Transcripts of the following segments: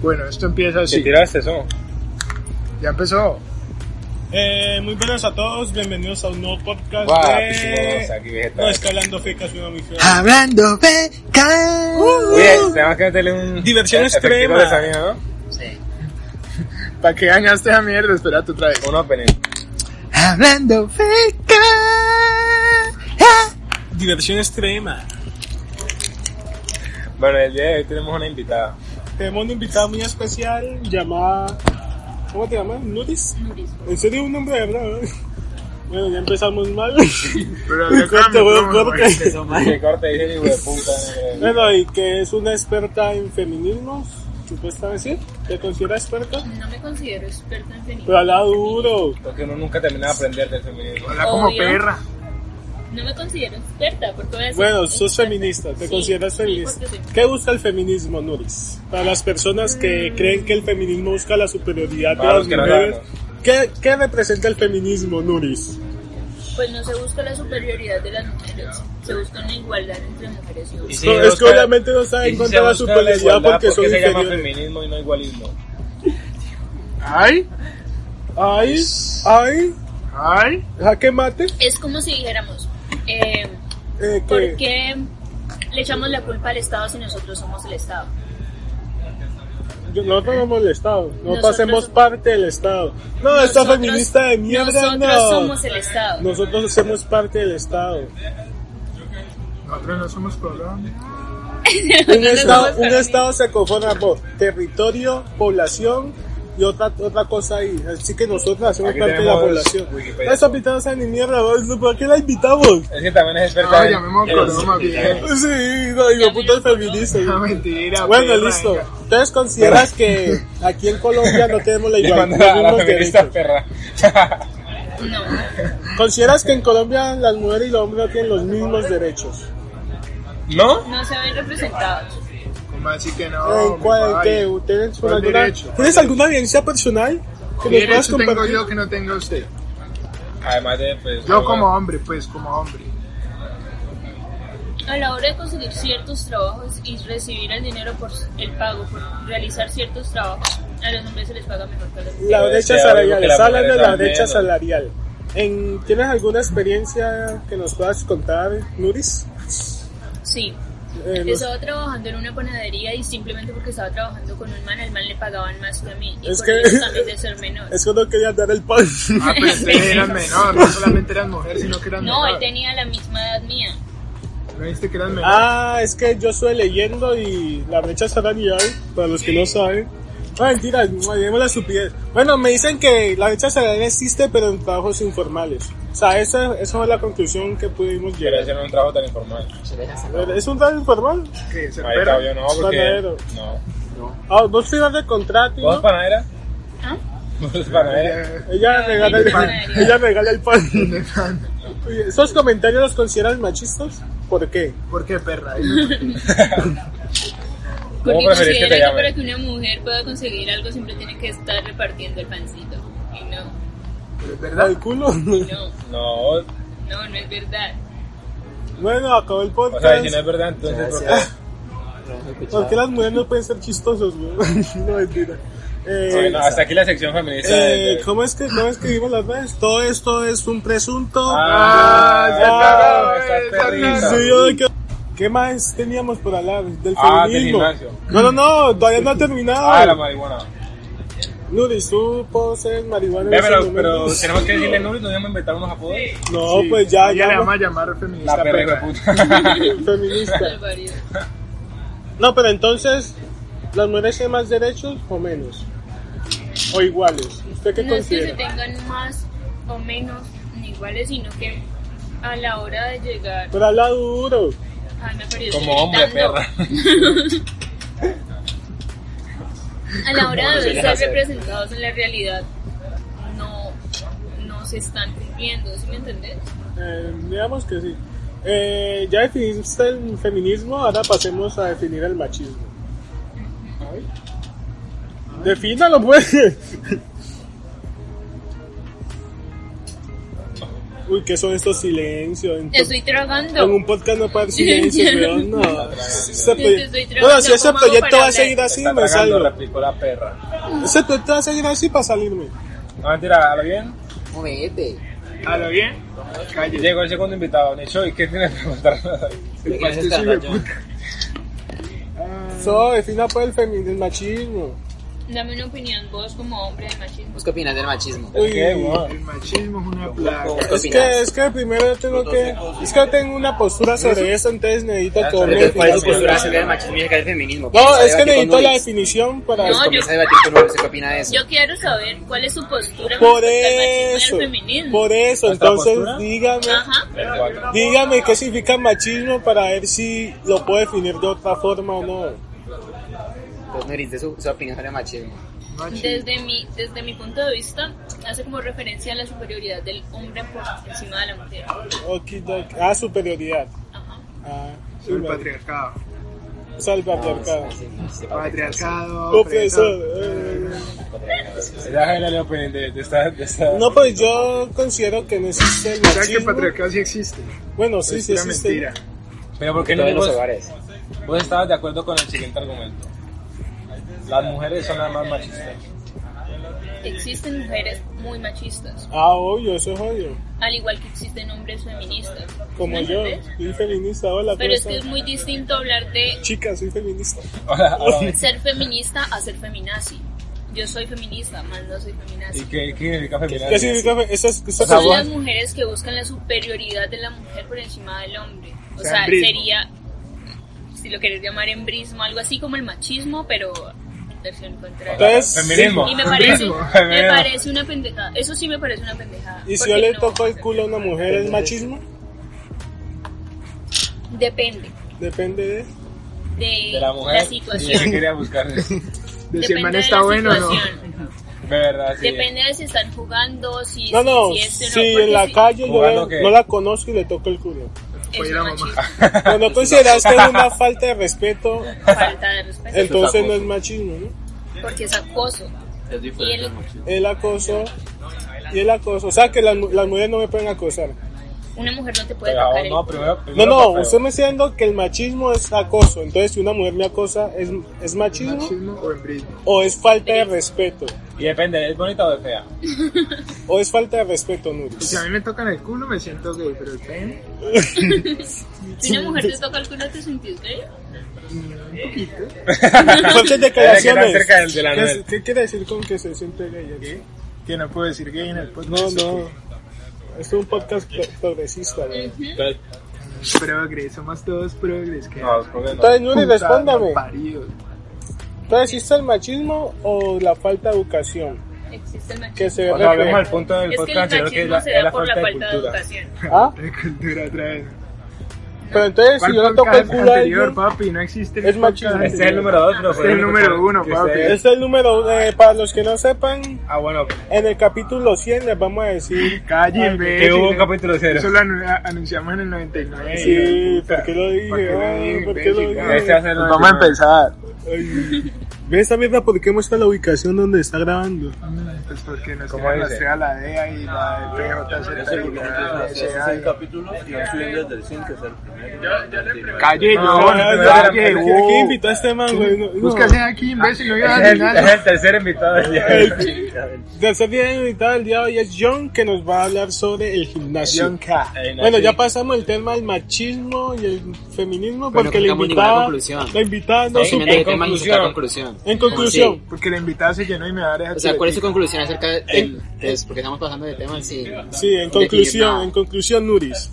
Bueno, esto empieza ¿Te así. tiraste eso? Ya empezó. Eh, muy buenas a todos, bienvenidos a un nuevo podcast Guau, Eh. pues, pichimosa, aquí de... vegetal. No, es que hablando fecas suena muy feo. Hablando peca. Oye, Uh. tenemos que meterle un... Diversión e- efectico extrema. de sonido, ¿no? ¿Para qué dañaste esa mierda? Espérate otra vez. Un opening. Hablando feca. Diversión extrema. Bueno, el día de hoy tenemos una invitada. Tenemos un invitado muy especial llamada... ¿Cómo te llamas? ¿Nuris? ¿En serio un nombre de verdad? ¿no? Bueno, ya empezamos mal. Pero había Corte, cambios, weón, ¿no? corte. Que corte dice el hijo de puta. eh, negro. Bueno, y que es una experta en feminismos, supuestamente. ¿Te considera experta? No me considero experta en feminismo. Pero habla duro. Porque uno nunca termina de aprender del feminismo. Habla como Obvio. perra. No me considero experta, porque voy a decir Bueno, experta. sos feminista, te Sí, consideras sí, Mm. feminista. porque soy- ¿Qué busca el feminismo, Nuris? Para las personas que creen que el feminismo busca la superioridad de Para las los que no mujeres, ¿qué, qué representa el feminismo, Nuris? Pues no se busca la superioridad de las mujeres, se busca una igualdad entre mujeres y Y hombres. si No, se es busca- que obviamente no saben y si contra se la busca superioridad igualdad, porque ¿por qué son se llama inferiores? feminismo y no igualismo? Ay, ¡Ay! ¡Ay! ay. ¡Jaque mate! Es como si dijéramos, eh, Eh, ¿por que- qué le echamos la culpa al Estado si nosotros somos el Estado? Yo- Nosotros somos el Estado, nosotros Nosotros hacemos somos- parte del Estado. No, esta Nosotros- feminista de mierda, Nosotros no. somos el Estado. Nosotros hacemos parte del Estado. Nosotros no somos Colombia. un, estado, somos un Colombia. estado se conforma por territorio, población y otra otra cosa ahí. Así que nosotros hacemos Aquí parte de la tenemos población. Wikipedia. No está invitada esa ni mierda, ¿no? ¿por qué la invitamos? Es que también es experta No, en... llamemos a en- Coloma bien. Sí, no, digo, puta el feminista. No, mentira. Bueno, perra, listo. Ah, venga. ¿Ustedes consideras que aquí en Colombia no tenemos la igualdad? Llamando a no la tenemos feminista derechos? perra. No, ¿Consideras que en Colombia las mujeres y los hombres no tienen los mismos derechos? ¿No? no se ven representados. ¿Cómo así que ¿En no? cuál, compadre? qué? ¿Ustedes ¿Cuál alguna, derecho? ¿Tienes alguna evidencia personal que ¿Qué nos puedas derecho tengo compartir? yo que no tenga usted? Además de... Pues, Yo bueno, como hombre, pues, como hombre. A la hora de conseguir ciertos trabajos y recibir el dinero por el pago por realizar ciertos trabajos, a los hombres se les paga mejor que a las mujeres. La Yo brecha decía algo salarial, que la está hablando de mujer la es brecha menos. salarial. En- ¿Tienes alguna experiencia que nos puedas contar, Nuris? Sí. Eh, nos- Estaba trabajando en una panadería y simplemente porque estaba trabajando con un man, al man le pagaban más que a mí. Y Es por que- eso también de ser menor. es que no quería dar el pan. Ah, pero ustedes eran menor, no solamente eran mujeres, sino que eran No, él menor. tenía la misma edad mía. ¿No viste que eran menor? ah, es que yo estoy leyendo y la brecha salarial, para los que no saben. No, mentira, digamos la estupidez. Bueno, me dicen que la brecha salarial existe, pero en trabajos informales. O sea, esa, esa fue la conclusión que pudimos Pero llegar. ese no es un trabajo tan informal. ¿Es un trabajo informal? que se Ahí espera. yo no, porque... Panadero. No. Ah, vos firmas de contrato, ¿Vos ¿no? panadera? ¿Ah? ¿Vos panadera? Eh, Ella regala el pan. Ella regala el pan. de fan. Oye, ¿Esos comentarios los consideras machistas? ¿Por qué? ¿Por qué perra? Eso- Porque preferís que te considera que llamen? para que una mujer pueda conseguir algo siempre tiene que estar repartiendo el pancito. Y no, pero es ¿Verdad? ¿Al culo? no, No, no, no es verdad. Bueno, acabó el O podcast. sea, y si no es verdad, entonces ¿por Ah, qué? ¿Por qué las mujeres no pueden ser chistosas, güey? no, mentira. Eh, Bueno, hasta aquí la sección feminista. eh, de- ¿Cómo es que no escribimos las redes? Todo esto es un presunto. Ah, Ah, ya, ya, está ya, Sí, terrible. yo de que- ¿Qué más teníamos por hablar? Del Ah, del feminismo. gimnasio. no, no, no, todavía no ha terminado. Ah, la marihuana. Nuris, tú puedes ser marihuana. en Ve, ese pero, momento. pero tenemos que decirle Nuri, nos íbamos a inventar unos apodos. No, Sí, pues ya, ella ya. le no- vamos a llamar feminista La perra de perra. puta. Feminista. Barbaridad. No, pero entonces, ¿las mujeres tienen más derechos o menos? ¿O iguales? ¿Usted qué no es que se considera? tengan más o menos ni iguales, sino que a la hora de llegar. Pero habla duro. Ay, Ah, me perdí, Como estoy hombre, gritando. perra. a la hora ¿Cómo de se ser hace? representados en la realidad, no, no se están cumpliendo, ¿sí me entendés? Eh, digamos que sí. Eh, ya definiste el feminismo, ahora pasemos a definir el machismo. Defínalo, pues. Uy, ¿qué son estos silencios? En, pod- Estoy tragando. en un podcast no puede haber silencio, weón. No. Este Yo te proye- estoy tragando, bueno, si ese ¿cómo hago proyecto va para a hablar? seguir así, Está me tragando, salgo. replicó la perra. Ese proyecto va a seguir así para salirme. No, mentira, ¿a lo bien? Movete. A lo bien. Calle. Llegó el segundo invitado, Necho, ¿y qué tienes que preguntar? ¿De qué Pues, se Este que trata, sí, me John? puta. Solo defina pues el, femi- el machismo. Dame una opinión vos como hombre del machismo. ¿Vos qué opinas del machismo? Uy, ¿Qué, weón? El machismo es una plaga. ¿Vos qué Es opinas? que, es que primero tengo que. Es que tengo una postura sobre eso, entonces necesito que vos me Pero, ¿Cuál definas. es tu postura acerca del machismo y acerca del feminismo? No, Comienza a es que debatir con necesito la Luis. definición para. No, Comienza a debatir con Luis, ¿qué opina de eso? Yo quiero saber cuál es su postura Por respecto al machismo y al eso. feminismo. Por eso, ¿Nuestra entonces postura? dígame. Ajá. Dígame qué significa machismo para ver si lo puedo definir de otra forma o no. Pues, Nuris, de su, su opinión sobre el machismo. Desde mi, desde mi punto de vista, hace como referencia a la superioridad del hombre por encima de la mujer. Okidoki. Ah, superioridad. Ajá. Ah, sí, El me- patriarcado. Ah, Salvapatriarcado. Patriarcado. Oh, profesor. eh. Ya es la opinión pues, de, de esta... De esta... No, pues yo considero que no existe el O sea que el machismo. patriarcado sí existe. Bueno, sí, es sí pura existe. mentira. Pero ¿por qué no Todos los vos, hogares. vos estabas de acuerdo con el siguiente argumento? Las mujeres son las más machistas. Existen mujeres muy machistas, Ah, obvio, eso es obvio. al igual que existen hombres feministas. Como ¿Me yo, entendés? soy feminista, hola, Pero es ¿cómo que es están? muy distinto hablar de Chica, soy feminista. Hola, hola. ser feminista a ser feminazi. Yo soy feminista, más no soy ¿Y feminazi. qué, qué significa ¿Qué feminazi? significa fe- eso? Es, eso es- Son las mujeres que buscan la superioridad de la mujer por encima del hombre. O sea, sea, embrismo. sería, si lo querés llamar embrismo, algo así como el machismo, pero versión contraria. Entonces, Feminismo. Y me parece, Embrismo, me feminismo. parece una pendejada. Eso sí me parece una pendejada. ¿Y si porque yo le no- toco el culo a una mujer, es machismo? Depende Depende de... de, De la mujer. Y yo situación. quería buscar eso. De si el man Depende de está la bueno o no. situación. De verdad, sí. Depende de si están jugando, si, No, no, si, si si este o no. porque en la si- calle yo Jugando veo- que- no la conozco y le toco el culo. es Oye, la machismo. mamá. Cuando consideras que es una falta de respeto, Falta de respeto. entonces no es machismo, ¿no? porque es acoso. Y el- El acoso... Y el acoso. O sea, que las, mu- las mujeres no me pueden acosar. una mujer no te puede Pero, tocar el no, culo. primero, No, primero no, papel. usted me está diciendo que el machismo es acoso. Entonces, si una mujer me acosa, ¿es, es machismo Machismo o embrismo. o es falta de respeto? Y depende, ¿es bonita o es fea? ¿O es falta de Y respeto, Si Nuris? a mí me tocan el culo me siento gay, pero el pene, Si una mujer te toca el culo, ¿te sentís gay? un poquito. Fuertes Era declaraciones. cerca del de la ¿Qué, es- nuez. qué quiere decir con que se siente gay? ¿Qué? Que no puedo decir gay en el podcast. No, no. Es un podcast pro- progresista, güey. Entonces, Progres, somos todos progres. que- No, creo que no. Entonces, Nuris, Puta, respóndame. no parido. ¿Entonces existe el machismo o la falta de educación? Existe el machismo. Que se O sea, hablemos al refleja. punto del es que el podcast anterior, que es machismo la, se es da la por la falta de falta de cultura. educación. ¿Ah? De cultura otra vez. Pero entonces, si yo le ¿Cuál toco el podcast culo a anterior, alguien, papi? No existe. Es machismo. Este podcast es el anterior. número 2, pero fue Este es el número uno, que papi. ustedes- este es el número, eh, para los que no sepan, Ah, bueno, en el capítulo 100 les vamos a decir... Calle, Ay, imbécil. que hubo un capítulo cero. Eso lo anu- a- anunciamos en el 99. Sí, ¿por qué lo ¿Por qué dije? lo Ay, dije, ¿Por qué lo imbécil? dije? Este hace el Vamos a empezar. Ay, Ve esta mierda porque muestra la ubicación donde está grabando. Mm, Pues porque nos ¿Cómo tienen la dice? CEA, la DEA y la PJZ y la DSA. Calle, Ah, No, yo, no, no, calle, no, ¿Quién wow. quién invitó a este man, güey? No, no. Búscase aquí, imbécil, no ibas Es a el, es adivinar. el tercer invitado del día. Tercer día invitado del día de hoy es John que nos va a hablar sobre el gimnasio. John K. Ahí no Bueno, hay- ya pasamos el tema del machismo y el feminismo Pero no porque la llegamos a ninguna invitada, conclusión. la invitada no No, supo. simplemente tema y sacar conclusión. conclusión. En conclusión, Porque la invitada se llenó y me va a dejar. O sea, ¿cuál es tu chuletica. conclusión acerca del... pues, es Ah, porque estamos pasando de tema, sí. sí, en Definir conclusión, nada. en conclusión, Nuris,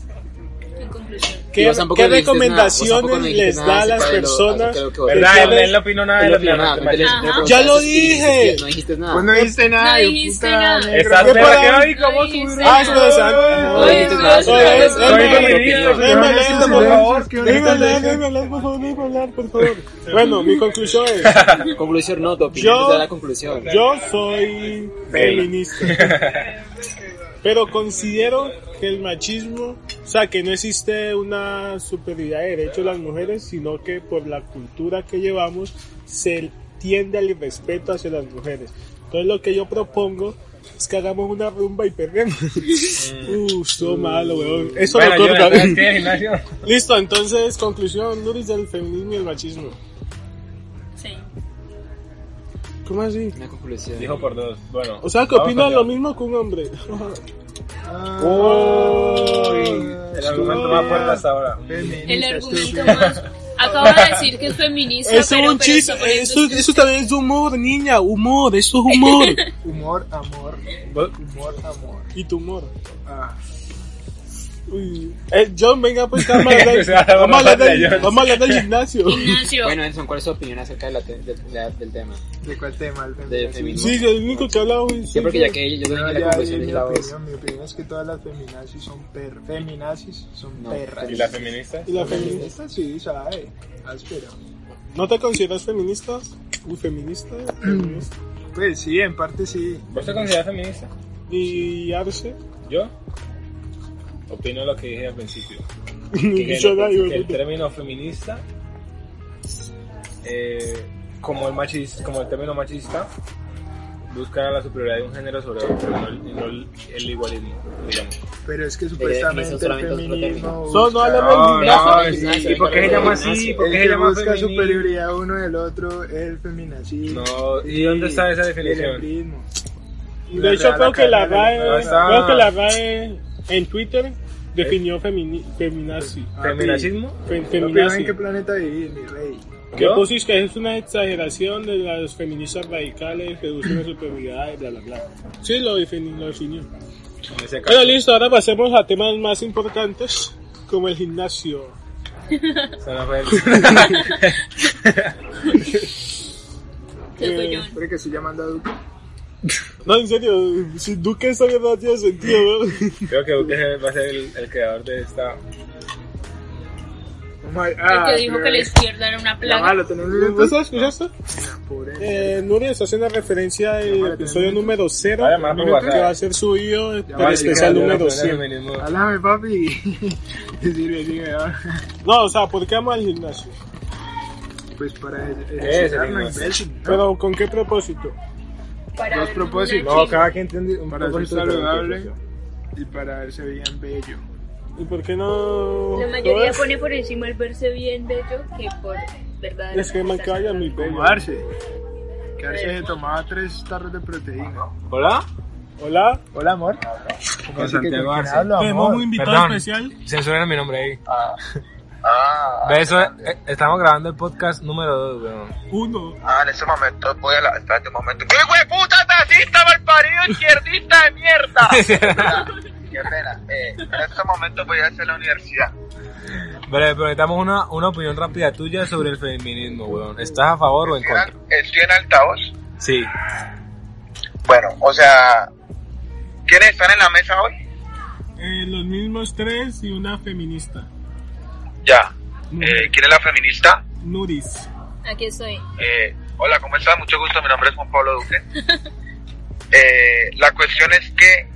En conclusión, ¿Qué, vos tampoco qué le dijiste nada, vos recomendaciones tampoco le dijiste les nada da a las acerca de lo- personas? acerca de lo que de vos- qué ¿Verdad? re- Él, él no opinó nada de Él la no opinó nada, opinión. le- le Ajá. preguntaste Ya lo si dijiste- dije. No dijiste Pues nada. no dijiste nada, No hijo dijiste puta, nada. negro. Estás ¿Qué pero para- que hoy como Ay, tú- esa- Ah, espera, espera. Oye, Oye, pero- Oye, es- es- Oye, es- pero- Oye, pero- Déjame hablar, Silencio, por favor. silencio, que Déjame ahorita hablar, le- déjame hablar, por favor, déjame hablar, por favor. Bueno, mi conclusión es, Conclusión no, tu opinión Yo- te da la conclusión. yo soy feminista, pero considero que el machismo, o sea, que no existe una superioridad de derechos de las mujeres, sino que por la cultura que llevamos se tiende al irrespeto hacia las mujeres. Entonces lo que yo propongo es que hagamos una rumba y perremos. Uh, estuvo malo, weón. Eso Mm. Bueno, lo yo corta. ¿verdad? ¿Qué, Ignacio? Listo, entonces, conclusión, Luris del feminismo y el machismo. Sí. ¿Cómo así? Una conclusión. Dijo por dos. Bueno. O sea, que vamos opina con lo Dios. mismo que un hombre. El argumento más fuerte hasta ahora. El argumento más. Acaba de decir que es feminista. Eso pero es un por eso chiste, por eso, es- eso también es humor, niña, humor, eso es humor. Humor, amor. Humor, amor. y tu humor. Ah. Uy. Eh, John, venga, pues vamos a hablar, O sea, vamos a hablar de del, John. vamos a hablar del gimnasio. Ignacio. Bueno, Edson, ¿cuál es tu opinión acerca de la te- de- de- del tema? ¿De cuál tema? El Del feminismo. Sí, es el único que ha hablado hoy. Sí, porque ya que yo No, ya, yo dije la ya, pues. conclusión mi, es la voz. opinión, mi opinión es que todas las feminazis son perras. Feminazis son No, perras. ¿Y la feminista? Y la feminista feminista. sí, sabe. Áspera. ¿No te consideras feminista? Uy, feminista. feminista. Pues sí, en parte sí. ¿Vos te consideras feminista? ¿Y Arce? ¿Yo? Opino lo que dije al principio. que, Yo el- nadie, que el weón. término feminista, eh, como, el machis- como el término machista, busca la superioridad de un género sobre otro, no, el- no el, el igualismo, digamos. Pero es que eso supuestamente el solamente es otro feminismo. término. Son, no busca- Ah, hablamos del no, es- no, ¿y por qué se llama así? ¿Por El qué se que llama busca feminismo? superioridad uno del otro es el feminacismo. No, ¿y dónde está esa definición? El embrismo. De hecho, creo que la RAE, Ahí está. creo que la RAE en Twitter definió femini, feminazi. Eh. ¿Feminacismo? Fe- No, pero ¿En feminazi. qué planeta vivís, mi rey? Que ¿Yo? pusis que es una exageración de las feministas radicales que buscan la superioridad y bla bla bla. Sí, lo defini- lo definió. En ese caso. Bueno, listo, ahora pasemos a temas más importantes como el gimnasio. Se nos fue el- Se fue eh, John. Creo que estoy llamando a Duque. No, en serio, si Duque esa mierda no tiene sentido, ¿no? Creo que Duque va a ser el, el creador de esta. Oh Ah, El que dijo que la izquierda era una plaga. Llamalo, ¿tenés un ¿Vos minuto? lo escuchaste? Pobre. Eh, Nuria está haciendo referencia al episodio número 0 Vale, me va a que probar. va a ser subido Vale, para especial que- número que- 100. feminismo. Háblame, papi. Sirve, sirve. va. No, o sea, ¿por qué vamos al gimnasio? Pues para es el ejercitarnos, gimnasio? imbécil, ¿no? Pero ¿con qué propósito? Para Dos ver propósitos. una No, chica. cada quien tiene un Para ser propósito diferente. saludable y para verse bien bello. ¿Y por qué no? La mayoría pone por encima el verse bien bello que por verdad. Es que me calla mi bello. Como Arce. Que Arce se tomaba tres tarros de proteína. ¿Hola? Hola, Hola, amor. ¿Cómo Con así que Santiago con quién Arce. hablo, tenemos amor? un invitado perdón. especial. Censura mi nombre ahí. Ah, Ve, eso, eh, estamos grabando el podcast número 2, weón. Uno. Ah, en ese momento voy a la. Espérate un momento. ¡Qué hueputa tacita, malparido izquierdista de mierda! Qué pena. Eh, en ese momento voy a ir a la universidad. Vale, pero necesitamos una, una opinión rápida tuya sobre el feminismo, weón. ¿Estás a favor o en Estoy contra? en- Estoy en altavoz. Sí. Bueno, o sea. ¿Quiénes están en la mesa hoy? Eh, los mismos tres y una feminista. Ya. Eh, ¿Quién es la feminista? Nuris. Aquí estoy. Eh, hola, ¿cómo estás? Mucho gusto, mi nombre es Juan Pablo Duque. Eh, la cuestión es que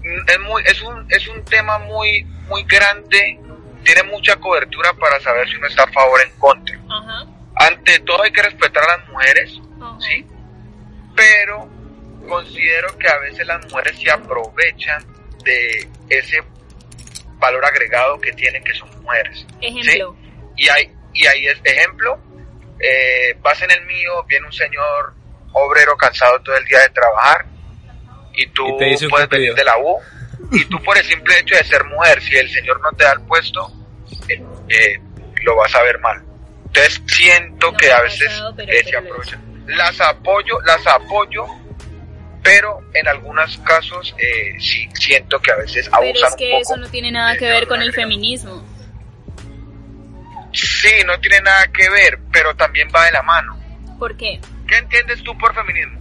mm, es, muy, es, un, es un tema muy, muy grande, tiene mucha cobertura para saber si uno está a favor o en contra. Ajá. Ante todo hay que respetar a las mujeres, ajá. ¿sí? Pero considero que a veces las mujeres se aprovechan de ese valor agregado que tienen que son mujeres Ejemplo. y hay y ahí es ejemplo eh, vas en el mío viene un señor obrero cansado todo el día de trabajar y tú Y te dice un puedes cumplido. venir de la U y tú por el simple hecho de ser mujer si el señor no te da el puesto eh, eh, lo vas a ver mal entonces siento No que me a ha veces pasado, pero- eh, se pero lo he aprovechan las apoyo las apoyo pero en algunos casos eh, sí siento que a veces Pero abusan es un que poco eso no tiene nada de que ver con el esa regla. feminismo. Sí, no tiene nada que ver, pero también va de la mano. ¿Por qué? ¿Qué entiendes tú por feminismo?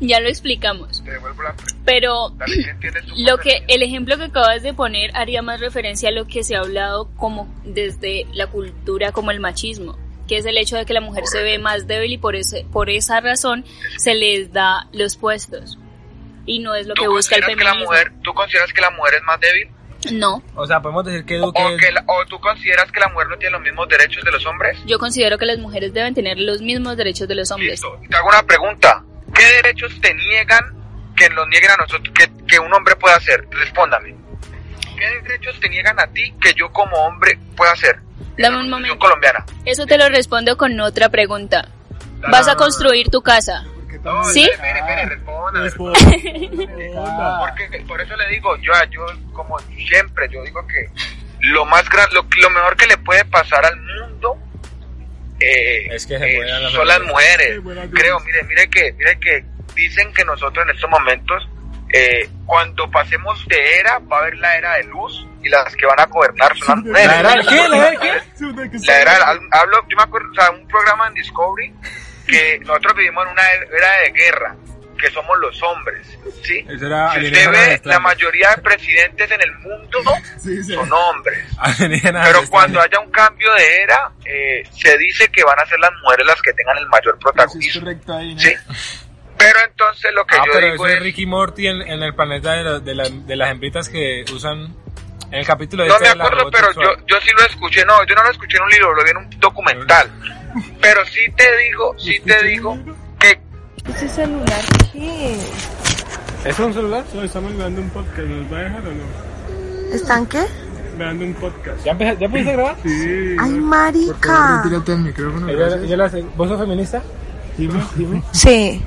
Ya lo explicamos. Te devuelvo la pregunta. Pero Dale, ¿qué entiendes tú por Lo que feminismo? el ejemplo que acabas de poner haría más referencia a lo que se ha hablado como desde la cultura como el machismo, que es el hecho de que la mujer se ve más débil y por ese por esa razón se les da los puestos. Y no es lo ¿Tú que busca el consideras que la feminismo. mujer, ¿Tú consideras que la mujer es más débil? No, O sea, podemos decir que Duque ¿O, es- que la- ¿O tú consideras que la mujer no tiene los mismos derechos de los hombres? yo considero que las mujeres deben tener los mismos derechos de los hombres. Listo. Te hago una pregunta. ¿Qué derechos te niegan que los nieguen a nosotros, que, que un hombre pueda hacer? Respóndame. ¿Qué derechos te niegan a ti que yo como hombre pueda hacer? Dame un En la Constitución momento. colombiana. Eso te lo respondo con otra pregunta. Vas a construir tu casa. No, ¿Sí? espere, espere, responda, Responda. Ah. Ah. Responda. Porque por eso le digo, yo, ah, yo como siempre, yo digo que lo más gran, lo, lo mejor que le puede pasar al mundo eh, Es que se eh, mueran las son las Se mujeres. mueran las Creo, mujeres. mire, mire que, mire que dicen que nosotros en estos momentos, eh, cuando pasemos de era, va a haber la era de luz y las que van a gobernar son las mujeres. ¿La era del qué? ¿La era del qué? La era, al- hablo, yo me acuerdo, o sea, un programa en Discovery que nosotros vivimos en una era de guerra, que somos los hombres, ¿sí? Eso era Si usted alienígena ve, ancestral. la mayoría de presidentes en el mundo son hombres. Alienígena Pero ancestral. cuando haya un cambio de era, eh, se dice que van a ser las mujeres las que tengan el mayor protagonismo, ¿sí? Pero entonces lo que Ah, yo pero digo eso es es... Ricky Morty en, en el planeta de, la- de, la- de las hembritas que usan en el capítulo de No este me de la acuerdo, robot pero sexual. yo, yo sí lo escuché, no, yo no lo escuché en un libro, lo vi en un documental. Pero sí te digo, sí te digo que Ese celular, ¿qué? ¿Es un celular? Estamos grabando un podcast, ¿nos va a dejar o no? ¿Están qué? Grabando un podcast. ¿Ya, empezaste- ya pudiste grabar? Sí. ¡Ay, Porque marica! retírate del micrófono. Ella- gracias. ella la hace- ¿Vos sos feminista? Sí,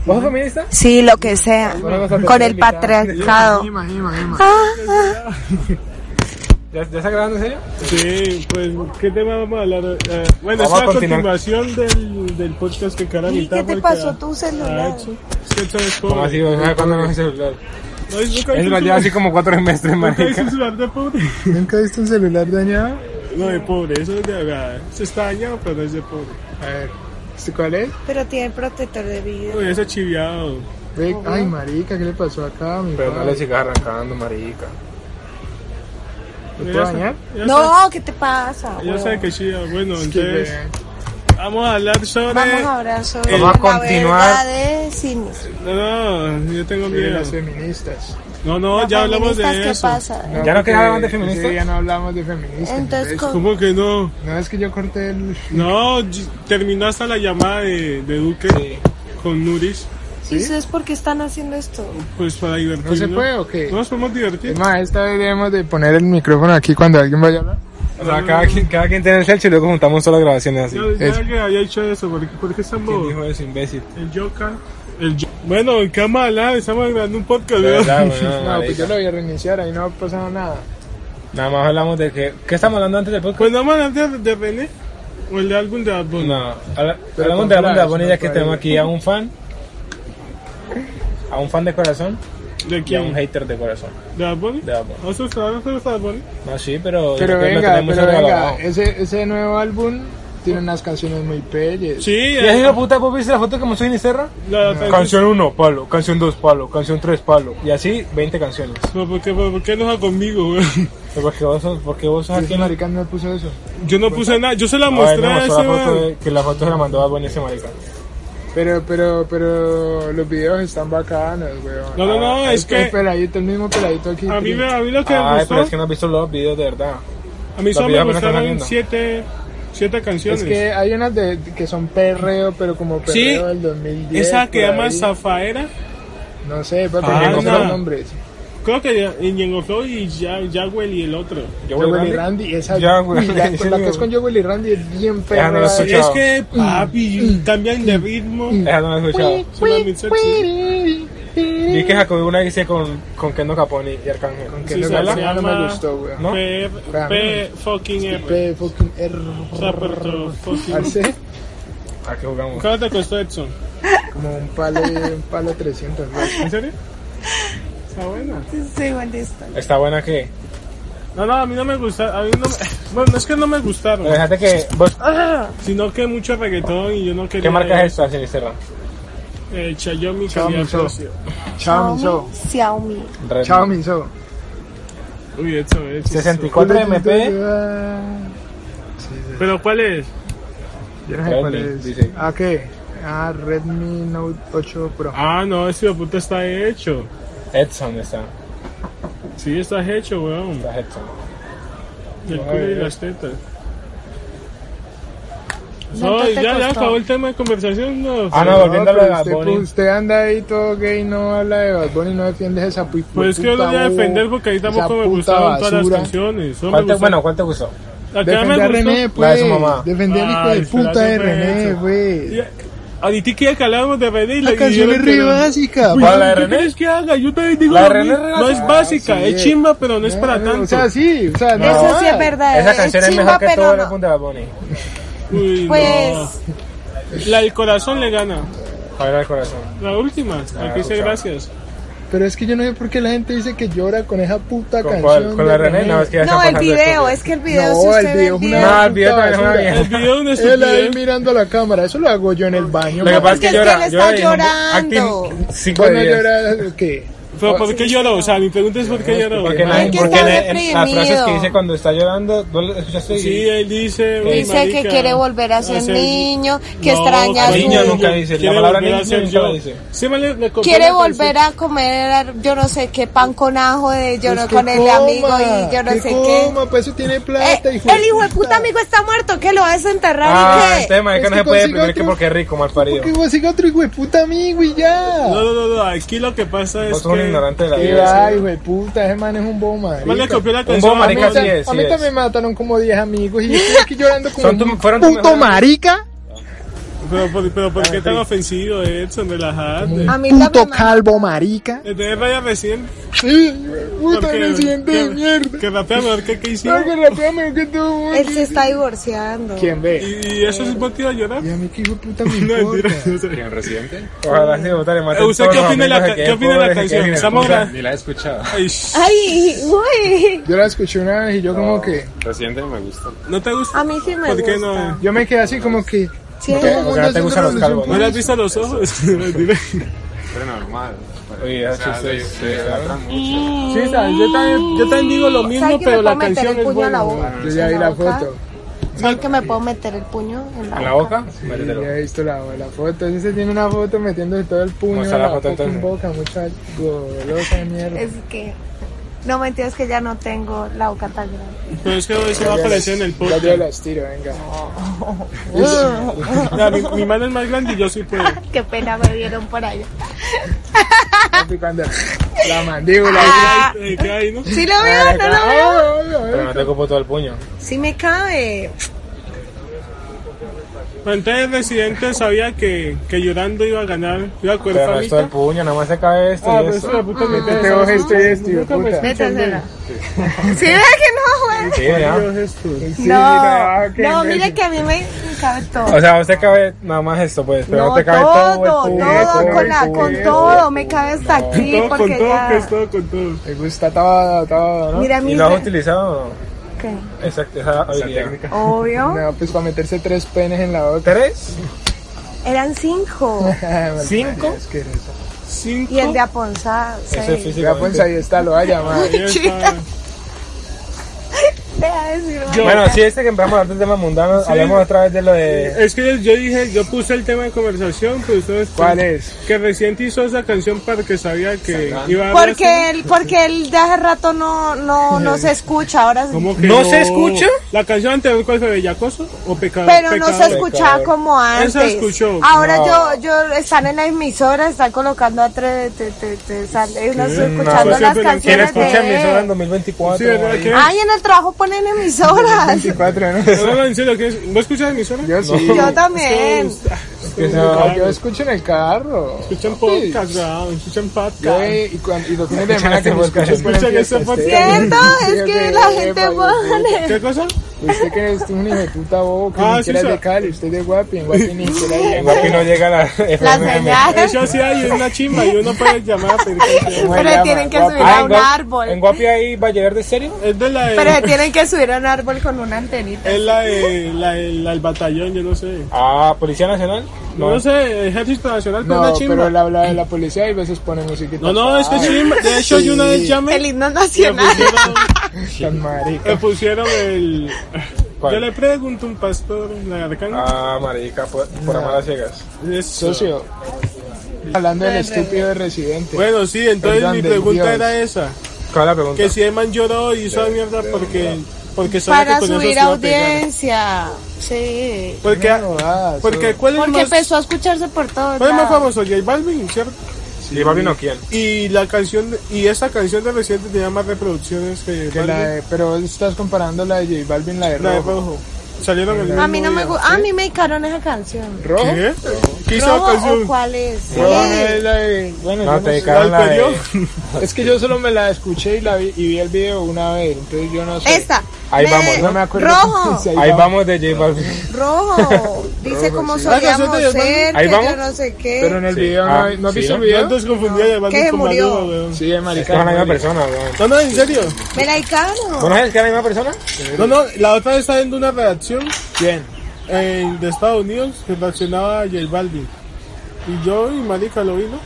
¿Vos sos feminista? sí, lo que sea. Con el patriarcado. Ima, ima, ima. Ah, ah. ¿Ya, ya está grabando en serio? Sí, pues, ¿qué tema vamos a hablar? Eh, bueno, Vamos es a la continuar. continuación del, del podcast que cara ¿Y mitad qué te porque pasó a- tu a celular? Edson- es que Edson es pobre. ¿Cómo así? ¿Vos sabés cuándo no es celular? No, es nunca Él hizo lo un lleva así celular- como cuatro meses, nunca hizo marica. un celular de pobre. ¿Nunca viste un celular dañado? No, de pobre, eso es de acá. Se está dañado, pero no es de pobre. A ver, ¿este cuál es? Pero tiene protector de video. Uy, eso chiviado. Ve- Ay, marica, ¿qué le pasó acá? Mi Pero no padre? le sigas arrancando, marica. ¿Lo puedo dañar? No, ¿qué te pasa? Yo sé huevón? que chiviado. Bueno, Es que entonces, vamos a hablar sobre... Vamos a hablar sobre Vamos a la verdad continuar. de cinismo. No, no, yo tengo ve- ve miedo. las feministas. No, no, Las ya hablamos de feministas, eso. ¿Qué pasa? ¿Ya no porque quedaban de ese feministas? día no hablamos de feministas. Entonces, ¿ves? ¿cómo? ¿Cómo que no? No es que yo corté el. No, y- terminó hasta la llamada de, de Duque con Nuris, ¿Y ustedes por qué están haciendo esto? pues para divertirnos. ¿No se puede o qué? ¿No nos podemos divertir? Es más, esta vez debemos de poner el micrófono aquí cuando alguien vaya a hablar. O sea, cada quien, cada quien tiene el selcho y luego juntamos solo grabaciones así. Yo Es- ya que había hecho eso, ¿por qué, por qué ¿Quién estamos? dijo eso, imbécil? El Joker. El Jo- bueno, ¿en qué vamos a hablar? Estamos grabando un De podcast, ¿verdad? verdad, weón, No, pues marica. yo lo voy a reiniciar, ahí no ha pasado nada. Nada más hablamos de que... ¿Qué estamos hablando antes del podcast? Pues vamos a hablar de, de René o el de álbum de Bad Bunny. No, habla- Pero hablamos con de la Flash, Bunny no ya que puede. tenemos aquí a un fan. A un fan de corazón ¿De y a un quién? hater de corazón. ¿De Bad Bunny? ¿Ah, De Bad Bunny. ¿No se gusta- no se gusta Bad Bunny? No, sí, pero... Pero es que lo venga, tenemos pero venga, regalado. ese, ese nuevo álbum tiene unas canciones muy bellas. Sí, ¿Y has eh, ido puta, vos viste la foto que mostró Inicerra? la, la- Canción 1, palo. Canción 2, palo. Canción 3, palo. Y así 20 canciones. No, ¿por qué, por, por qué enoja conmigo, weón? Pero Porque vos sos, porque vos sos ¿Por aquí qué en la... marica no puso eso? Yo no puse nada, yo se la A ver, mostré no, a mostró ese la foto man. de- que la foto se la mandó a Bunny ese marica. Pero, pero, pero los videos están bacanos, weón. No, no, no, Ah, es este que- peladito, el mismo peladito aquí. A mí, me- a mí lo que me Ay, gustó, pero es que no has visto los videos de verdad. a mí los solo me videos apenas están gustaron saliendo. siete, siete canciones. Es que hay unas de, que son perreo, pero como perreo Sí, del 2010. Esa que por llama ahí. Zafaera, No sé, pero Ah, no sé no. los nombres. creo que ya- y Ñengo Flow y ya- Jagwell y el otro. Yo voy Jowell y grande. Randy, esa. Ya, uy, güey, la, la sí, que güey. es con Jowell y Randy es bien Ya no perreo. lo escuché. Es que, papi, cambian de ritmo. Mm. Esa no la he escuchado. Son las mil sexy. Vi que Jacob una dice con, con Kendo Capone y Arcángel. Con Sí, que no, se no llama- me gustó, weón. ¿No? P, Para mí P fucking R. Pe- fucking Zapato, error. fucking Parce, ¿A qué jugamos? ¿Cuánto te costó Edson? Como un palo, un palo 300. ¿no? ¿En serio? Está buena. Sí, Wandista. ¿Está buena que No, no, a mí no me gusta. A mí no me- Bueno, no es que no me gustaron, Fíjate que vos... sino que mucho reggaetón y yo no quería. ¿Qué marca es esta, Sinisterra? Eh, Xiaomi, Xiaomi cambió de Xiaomi. precio. Chao, Minso. Xiaomi. Red- Chao, Minso. Uy, eso, eso. 64 MP. Sí, sí. ¿Pero cuál es? Yo no sé cuál Redmi, es. dice. Ah, ¿qué? Ah, Redmi Note 8 Pro. Ah, no, ese hijo de puta está hecho. Edson está. Sí, está hecho, weón. Está Edson. El culo y las tetas. ¿Cuánto No, te ya, ya costó? acabó el tema de conversación. No, Ah, no, No, volviendo a lo de pero Bad usted, Bunny. pues, usted anda ahí todo gay, no habla de Bad Bunny, no defiende esa pu- puta. Pues es que yo lo voy a bo- defender porque ahí tampoco esa me puta gustaban todas las basura. canciones. Solo ¿Cuál me te- gustó- Bueno, ¿cuál te gustó? la que más Defender a me René, gustó. pues. La de su mamá. Defender al hijo Ay, de puta de espérate, René, pues. pues. Ya- Ahorita quería que habláramos de René y le La canción dijeron es que re no. básica. Uy, pa. ¿Cuál, la de ¿Qué René? crees que haga? Yo también digo La lo de René mismo. es Ah, No es básica, básica, sí, es eh. chimba, pero no es para O tanto. sea, sí, o sea, no. Eso sí es verdad. Esa canción es es mejor chimba, que todo el pero álbum no. de Bad Bunny. Uy, no. Pues, La del corazón le gana. Joder al corazón. La última. Aquí dice chao. gracias. Pero es que yo no sé por qué la gente dice que llora con esa puta ¿Con canción. cuál? ¿Con de la René? No, es que ya no, el está video, es que el video, si No, el usted ve video el es video. No, una el video puta también es una basura. mierda. El video de una Él ahí estupidez. mirando a la cámara, eso lo hago yo en el baño. Lo que papá. pasa es que es que llora. él está llora y no- llorando. acting cinco Cuando de pues, diez. llora, ¿qué? Pero ¿por qué lloró? O sea, mi pregunta es ¿por qué lloró? Porque, la, Es que porque está la- en- las deprimido. frases que dice cuando está llorando, ¿no lo escuchaste? Sí, él dice... uy, Dice marica, que quiere volver a ser hacer- niño, que No, extraña a su... cariño, nunca dice. La Quiere palabra volver a niño ser nunca yo. la dice. Sí, me le- le copié Quiere la canción. volver a comer, yo no sé qué pan con ajo de yo no Pues que con el coma, amigo y yo no que sé qué. coma, Pues eso tiene Eh, plata, hijo. el hijo de puta amigo está muerto, que lo va a desenterrar Ah, y el qué. este tema es que Es no que se puede consigo deprimir que otro- porque es rico, mal ¿Por parido. qué vos siga otro hijo de puta amigo y ya? No, no, no, no, aquí lo que pasa es Vos sos un que- ignorante de la ¿Qué vida. va, hijo de puta? Ese man es un bobo, ¿Cuál le marica. copió la Un canción? buen marica, Ah, sí es. a mí también me mataron como 10 amigos y yo estoy aquí llorando como Son tu- un fueron tu puto mejor- marica, Pero, por- pero ¿por qué tan ofensido, Edson? Relajate. A mí puto también me- calvo marica. Entonces vaya recién. Sí, puta porque- reciente que- de mierda. Que rapea mejor que Casey. Ay, que rapea mejor que tú. Él se está divorciando. ¿Quién ve? Y, y eso es motivo a llorar. Y a mí qué hijo de puta me No, importa. mentira. no sé. ¿Quién residente? Ojalá sí, vos le maten ¿Usted todos qué los opina de la amigos ca- que qué opina de la pobres, que canción? quieren Estamos escuchar. gra- Ni la he escuchado. Ay, sh- Ay, uy. Yo la escuché una vez y yo como que... Residente me gusta. ¿No te gusta? A mí sí me ¿Por qué gusta. no? Yo me quedé así como que... Sí. todo el mundo O sea, no te haciendo gustan los revolución calvos, ¿No por le has eso. visto los ojos? Mentira. Pero normal. Oye, o sea, sí, se- sí, se sí, idolatran mucho. sí, o sea, yo también, yo también digo lo ¿Sabe mismo, pero que me puedo la meter canción el es puño a la buena. boca? Yo ya vi la foto. ¿Sabe que me puedo meter el puño en la, ¿En la boca? Sí, Métetelo. ya he visto la, la foto. Ese se tiene una foto metiéndose todo el puño Muestra en la la, foto, fucking entonces. boca, muchacho. Golosa de mierda. Es que. No mentiras que ya no tengo la boca tan grande. Pero es que eso va a aparecer en el Ya yo eh. podcast. las tiro, venga. Ya, mi, mi mano es más grande y yo sí puedo. Qué pena me vieron por allá. Papi, cuando la mandíbula. Ah, Eh, ¿Qué hay, no? ¿Sí lo veo? ¿No lo veo? Pero no te ocupo todo el puño. Sí me cabe. Pero Entonces, Residente sabía que, que llorando iba a ganar. Iba a coger Pero no es todo el famita. puño, nada más se cae esto Ah, este, y pero esto. eso la puta me Métete vos esto y esto, hijo de puta. Métasela. Sí, vea que no, güey. Sí, ya. Sí, No, qué no, imbécil. mire que a mí me me cabe todo. O sea, usted cabe nada más esto, pues, pero no, No, te cabe todo, todo, todo, el puño. todo con, la, el con culo, todo, me cabe hasta aquí Todo con porque todo, que ya... es todo con todo. Me gusta todo, todo, ¿no? Mira, ¿Y mi lo has re- utilizado ¿Qué? esa, esa habilidad? Obvio, No, pues para meterse tres penes en la boca. ¿Tres? eran cinco. ¿Cinco? Es que eres- Cinco. Y el de Aponza, Eso es seis. Ya pues físicamente. ahí está, lo va a llamar. Ahí está. Deja de decir, Yo- Bueno, sí, este que empezamos a hablar de temas mundanos, Sí. hablemos otra vez de lo de... Es que yo dije, yo puse el tema de conversación, pero ustedes... pues, ¿Cuál es? Que Residente hizo esa canción para que sabía que iba a... Porque él, porque él de hace rato no, no, no se escucha, ahora sí. ¿Cómo que ¿No se escucha? ¿La canción anterior cuál fue? ¿Bellacoso o Pecado? Pero no se Pecador. escuchaba como antes. Ah, Él se escuchó. Ahora No. yo, yo están en la emisora, están colocando a tres, te, te, te, sal- eh, no sé, No, escuchando pues las siempre- ¿Quién canciones escucha mi de emisora en él. 2024? Sí, ¿verdad que- Ay, en el trabajo ponen emisoras. 24, ¿no? No, no, en serio, ¿qué es? ¿vos escuchas emisora? Yo sí. Yo también. Que Ah, no, Yo escucho en el carro. Escuchan podcast, weón, escuchan Yo, podcast. eh, y, cuan- y los fines de semana que me Escuchan escuchas ese ponen podcast. fiestas, sí. Escuchan ese ¿Cierto? Sí, Es que ok, la epa, gente yo- pone. ¿Qué cosa? Usted Pues que es un hijo de puta bobo, que Ah, ni sí, siquiera es sí. de Cali, usted es de Guapi, en Guapi ni siquiera En hay. Guapi no llega la La FM. señal. Eso sí hay una chimba y uno puede llamar a pedir consejo. ¿Cómo se Pero llama? tienen que Guapi. subir a en un Guapi- árbol. ¿En Guapi hay Vallever de serio? Es de la de, Pero se tienen que subir a un árbol con una antenita. es la de, la de- la del batallón, yo no sé. Ah, Policía Nacional. No, sé, Ejército Nacional, pero No, una chimba. pero él habla de la policía y a veces pone musiquita. No, no, es que chimba. De hecho, yo una vez llamé. El himno y me nacional. pusieron, Tan marica. me pusieron el. ¿Cuál? Yo le pregunto a un pastor, la arcángel. Ah, marica, por, por amar a ciegas. es- Socio. Hablando del estúpido de residente. Bueno, sí, entonces Perdón, mi de pregunta Dios. era esa. ¿Cuál es la pregunta? Que si Eman lloró y hizo mierda porque, porque son Para que con esos subir iba a pegar. audiencia. Sí. Porque, No, ah, jodas, porque ¿cuál es Porque más, empezó a escucharse por todos cuál es más lados. famoso? J Balvin, ¿cierto? ¿Y Balvin o quién? Y la canción, y esa canción de reciente tenía más reproducciones que, Que Balvin, la de- pero estás comparando la de J Balvin, la de la de rojo. Rojo. Salieron el mismo A mí no me día. gusta. A mí me dedicaron esa canción. ¿Rojo? ¿Qué? ¿Qué hizo la ¿Rojo o canción? cuál es? Sí. Ah, es la de- bueno, No, yo no te sé. dedicaron ¿La la de... anterior? Es que yo solo me la escuché y la vi, y vi el video una vez, entonces yo no sé. Esta. Ahí vamos, No me acuerdo. Rojo. Sí, Ahí vamos de J Balvin. Rojo. Dice cómo canción de solíamos Dios, ¿no? ser, Ahí que vamos. yo no sé Pero qué. en el Sí. video, Ah, ¿no, ¿no has sí, visto ¿no? el video? Antes confundía de Balvin Que con murió. Maluma, weón. Sí, de Es la misma marica. persona, weón. No, no, en serio. Me la dedicaron. ¿Conoces que es la misma persona? No, no, la otra vez estaba viendo una redacción ¿Quién? eh, de Estados Unidos que reaccionaba a J Balvin. Y yo y Marica lo vi, ¿no?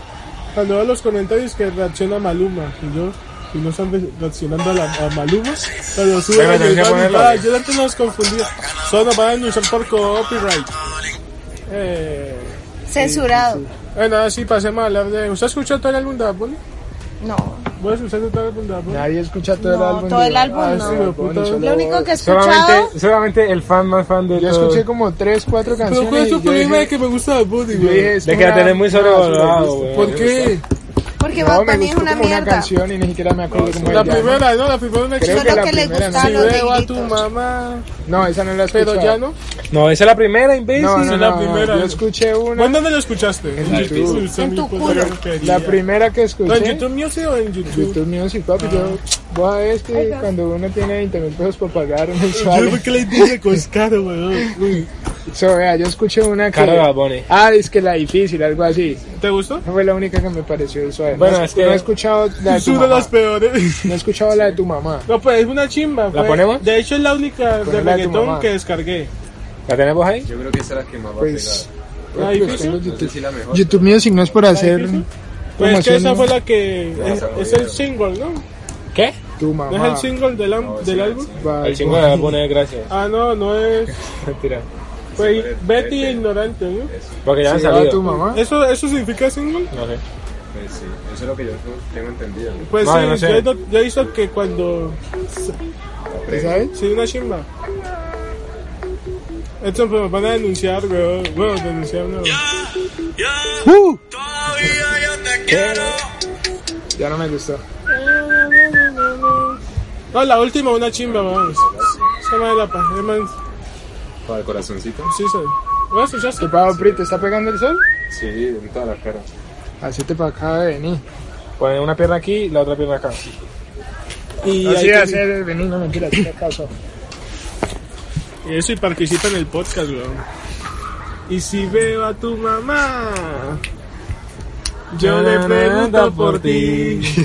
Cuando veo los comentarios que reacciona Maluma. Y yo, y no están re- reaccionando a, la, a Maluma. Pero sube Pero a J tenés que Balvin. ponerlo. Ah, yo antes nos confundía. Solo nos van a denunciar por copyright. Eh, Censurado. bueno, ahora sí, pasemos a hablar de... ¿Usted escuchó todo el álbum de Bad Bunny? No. ¿Vos escuchaste todo el álbum de Bad Bunny? Nadie escucha todo el No, álbum. todo el de- álbum Ah, no. sí, me puta. Lo Lo único que he escuchado. Solamente, solamente el fan más fan de todo. Yo Ah. escuché como tres, cuatro Pero canciones. ¿cuál es y tu yo problema de dije- que me gusta Bad Bunny, yo dije, güey? es De que la una- tenés muy una basura, sobrevalorado, weón. ¿Por qué? Porque No, Bad Oh, me Bunny es gustó una como una mierda. canción y ni siquiera me acuerdo cómo La se llama. primera, no, la primera una Creo Solo que chica. la que le primera, gusta a Si los veo a tu negritos. mamá, No, esa no la he escuchado. pero ya no. No, esa es la primera, imbécil. No, no, es no, la no, primera. Yo escuché una. ¿Bueno, ¿Dónde lo escuchaste? En YouTube. Usted En me tu puso culo. porquería. La primera que escuché. No, en YouTube Music o en YouTube. YouTube Music, papi, yo, vos sabés que cuando uno tiene 20 mil pesos por pagar Yo mensual, porque le dije coscaro, weón. Uy, so, vea, yo escuché una que, Cara de Bad Bunny. ah, es que la difícil, algo así, ¿Te gustó? Esa fue la única que me pareció suave, Bueno, no, es que- no he escuchado la de Es tu una de mamá, las peores. no he escuchado la de tu mamá, No, pues es una chimba. fue- ponemos? De hecho, es la única de Ponela de tu reggaetón mamá. que descargué. ¿La tenemos ahí? Yo creo que esa es la que más va pues, ¿La pues, difícil? tengo a pegar. No sé YouTube. si la mejor. YouTube Music no es por hacer difícil? Pues es que promoción, esa ¿no? fue la que. Ya Es, se es jodieron. el single, ¿no? ¿Qué? tu ¿No mamá, es el single del, am- No, esa del es la álbum? chimba. va, El 5 de Bad Bunny, gracias. Ah, no, no es. Mentira. Fue Betty Ignorante, ¿no? Porque ya han sí, va tu salido. mamá, ¿Eso, ¿Eso significa single? No sé. Pues sí, eso es lo que yo tengo entendido. ¿no? Pues No, sí, yo no sé. yo, he not- yo he visto que cuando... ¿sabes? Sí, una chimba. Esto me van a denunciar, weón. Weón, denunciar, no. Ya no me gustó, No, la última, una chimba, vamos. Se llama la paz. Para el corazoncito. Sí, sí. ¿Lo escuchaste? ¿qué pavo, Pri, te está pegando el sol? Sí, en toda la cara. Hacete para acá de venir, Ponen una pierna aquí y la otra pierna acá. Y, hay así, que- así, de venir, no me quieras, ¿qué pasó? y eso, y participa en el podcast, weón. Y si veo a tu mamá... Yo le pregunto por ti.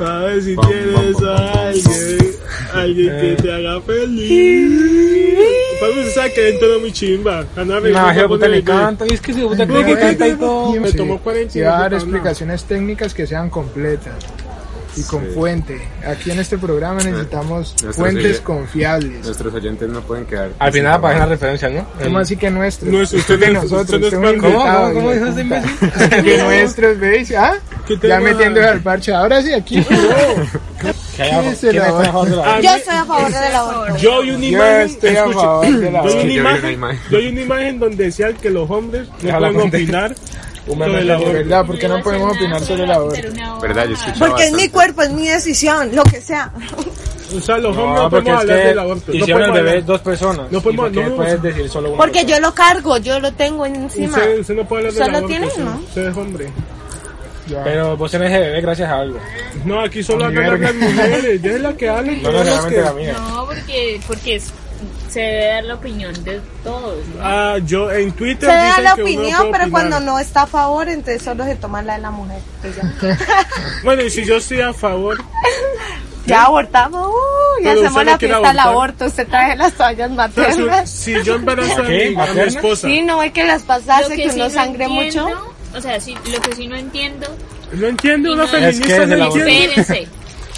A ver si tienes a alguien, alguien que te haga feliz. Papi, se sabe que dentro de mi chimba. Anda No, hijo de revisando puta le el canta. Y es que se puta Pero cree que que canta y canta, todo. Me tomó 40 y va a dar minutos, explicaciones técnicas que sean completas y con fuente. Aquí en este programa necesitamos Nuestros fuentes oyen- confiables. Nuestros oyentes no pueden quedar. Al final la página de referencia, ¿no? ¿Cómo así que nuestros? No es usted, de no es- nosotros. usted no es usted un parte. ¿Cómo? invitado, ¿Cómo? ¿Cómo hijo dijo de ese puta. imbécil? Que nuestros, ¿veis? ¿Ah? ¿Qué te Ya va? metiéndose al parche. Ahora sí, aquí. ¿Qué hay abajo? Sí, se ¿Quién la está va. abajo de la- Ah, Yo estoy a favor del aborto. Yo vi una Yo imagen. estoy a escuche, favor de la yo, vi Sí, yo una vi una imagen, imagen. yo vi una imagen donde decían que los hombres no Déjala pueden contar. opinar sobre Humanamente el aborto. ¿Verdad? Porque no podemos opinar sobre la aborto. ¿Verdad? Yo escuché Porque es mi cuerpo, es mi decisión, lo que sea. O sea, los hombres No, no porque podemos es hablar que del aborto. No hicieron el podemos bebé hablar. dos personas. No podemos- ¿Y por qué no. puedes decir solo una Porque persona? yo lo cargo, yo lo tengo encima. Usted, usted no puede hablar del Solo aborto. tiene usted- uno. Usted es hombre. Ya. Pero vos tenés bebé gracias a algo. No, aquí solo A mi hablan verga. las mujeres. Ya es la que hablan. No todos los necesariamente que- la mía. No, porque, porque es- se debe dar la opinión de todos, ¿no? Ah, yo en Se Twitter da dicen la que uno opinión, puede pero opinar. cuando no está a favor, entonces solo se toma la de la mujer. pues ya. Bueno, y si yo estoy a favor, Ya abortamos, uh, y Pero hacemos usted no la quiere fiesta al abortar. aborto. Usted trae las toallas o sea, su- maternas. si yo embarazo a, ¿A mi, qué? a mi ¿Materna? esposa, Sí, no es que las Lo pasas y que que sí uno sangre entiendo, mucho. O sea, sí, lo que sí no entiendo no entiendo, una Es que feminista es el no aborto. entiende. Espérense.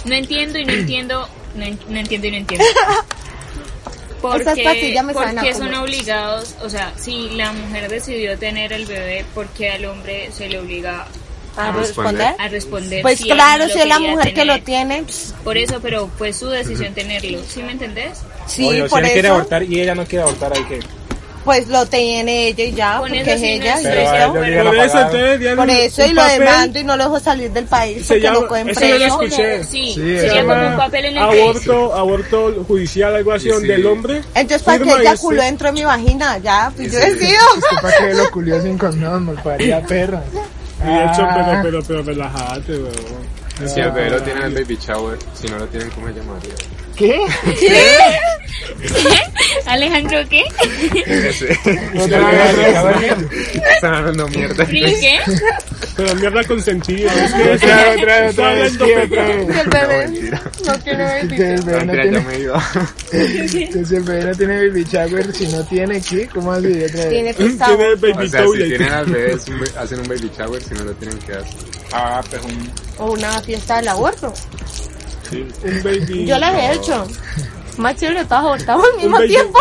No entiendo y no entiendo. No, en- no entiendo y no entiendo. Porque, Esas pastillas me saben a porque culo. son obligados, o sea, si la mujer decidió tener el bebé, porque al hombre se le obliga ¿A responder? responder? a responder? Pues si él claro, lo si es la quería mujer que tener? lo tiene, pues, Por eso, pero fue su decisión tenerlo, ¿sí me entendés? sí, Obvio, por si él quiere eso, abortar y ella no quiere abortar, hay que. pues lo tiene ella y Con ya, Ah, porque eso es sí no ella. y estoy Pero a ya. él Por le obligan a Por eso, pagar. entonces, ya Por un- eso un y lo papel demando y no lo dejo salir del país Se porque llama, lo cogen eso yo lo preso. escuché. Sí, Sí, sería es como verdad. un papel en el que dice, aborto, aborto judicial, algo así, Y donde sí. el hombre. Entonces, ¿para firma qué y ella dice- culó dentro de mi vagina? Ya, pues yo sí. decido. Este pa' que lo culió sin condón, malparía perra. Y de hecho, Ah. pero, pero, pero relajate, weón. Si el bebé lo tienen en baby shower, si no lo tienen, ¿cómo se llamaría? ¿Qué? Alejandro, ¿qué? No te hagas eso. Están hablando mierda. ¿Frío qué? Pero mierda consentida. Es que Otra vez, otra vez, otra vez, está hablando sí, pe- otra vez. Que el No, bebé mentira. no tiene Que bebé. el bebé no Mentira, tiene- ya me iba. que si el bebé no tiene baby shower, si no tiene, ¿qué? ¿Cómo así? Otra vez. Tiene Tiene el pesado. baby O sea, si toilet. tienen al bebé, es un ba- hacen un baby shower, si no lo tienen que hacer. Ah, pues un. O una fiesta del aborto. Un baby. Yo las he hecho. Más chévere, todas abortamos al mismo baby- tiempo.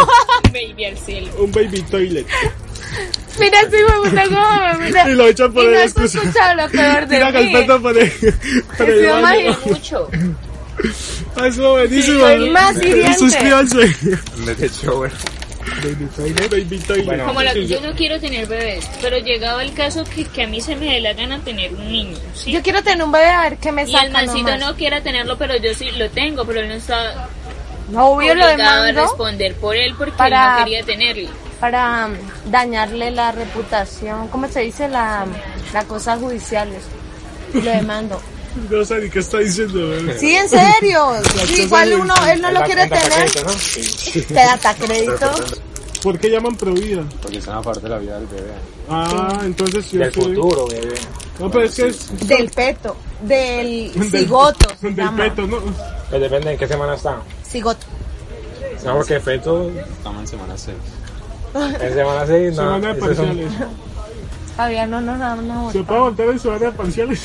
Baby al cielo. Un baby toilet. Mira, sí me gusta cómo me mira. Y lo echan por y el no has excusa. escuchado lo peor de Tira mí. carpeta para el, para el Sí, baño. mamá, yo Mucho. Ah, Eso buenísimo. Soy más hiriente. Suscríbanse. Un baby shower. Baby toilet. Bueno. Como la- Sí, yo no quiero tener bebés, pero llegado el caso que, que a mí se me dé la gana tener un niño. ¿sí? Yo quiero tener un bebé a ver qué Y me el saca mancito nomás. no quiera tenerlo, pero yo sí lo tengo, pero él no está No, obvio lo obligado a demando responder por él porque Para- él no quería tenerlo. para um, dañarle la reputación, ¿cómo se dice? La, la cosa judiciales. Lo demando. No sé ni qué está diciendo. weón. Sí, en serio. Sí, igual uno, él no él lo da quiere cuenta para tener. crédito, ¿no? Sí. Te data crédito. ¿Por qué llaman prohibida? Porque están aparte de la vida del bebé. Ah, entonces yo Del soy- futuro, bebé. No, pero es que es Del peto. Del cigoto. se del llama. peto, ¿no? Pues depende en qué semana está. Cigoto. No, porque feto Estamos en semana 6. en semana 6, no. semana de esos son- parciales. Todavía no nos damos una ¿Se puede voltear en semana de parciales?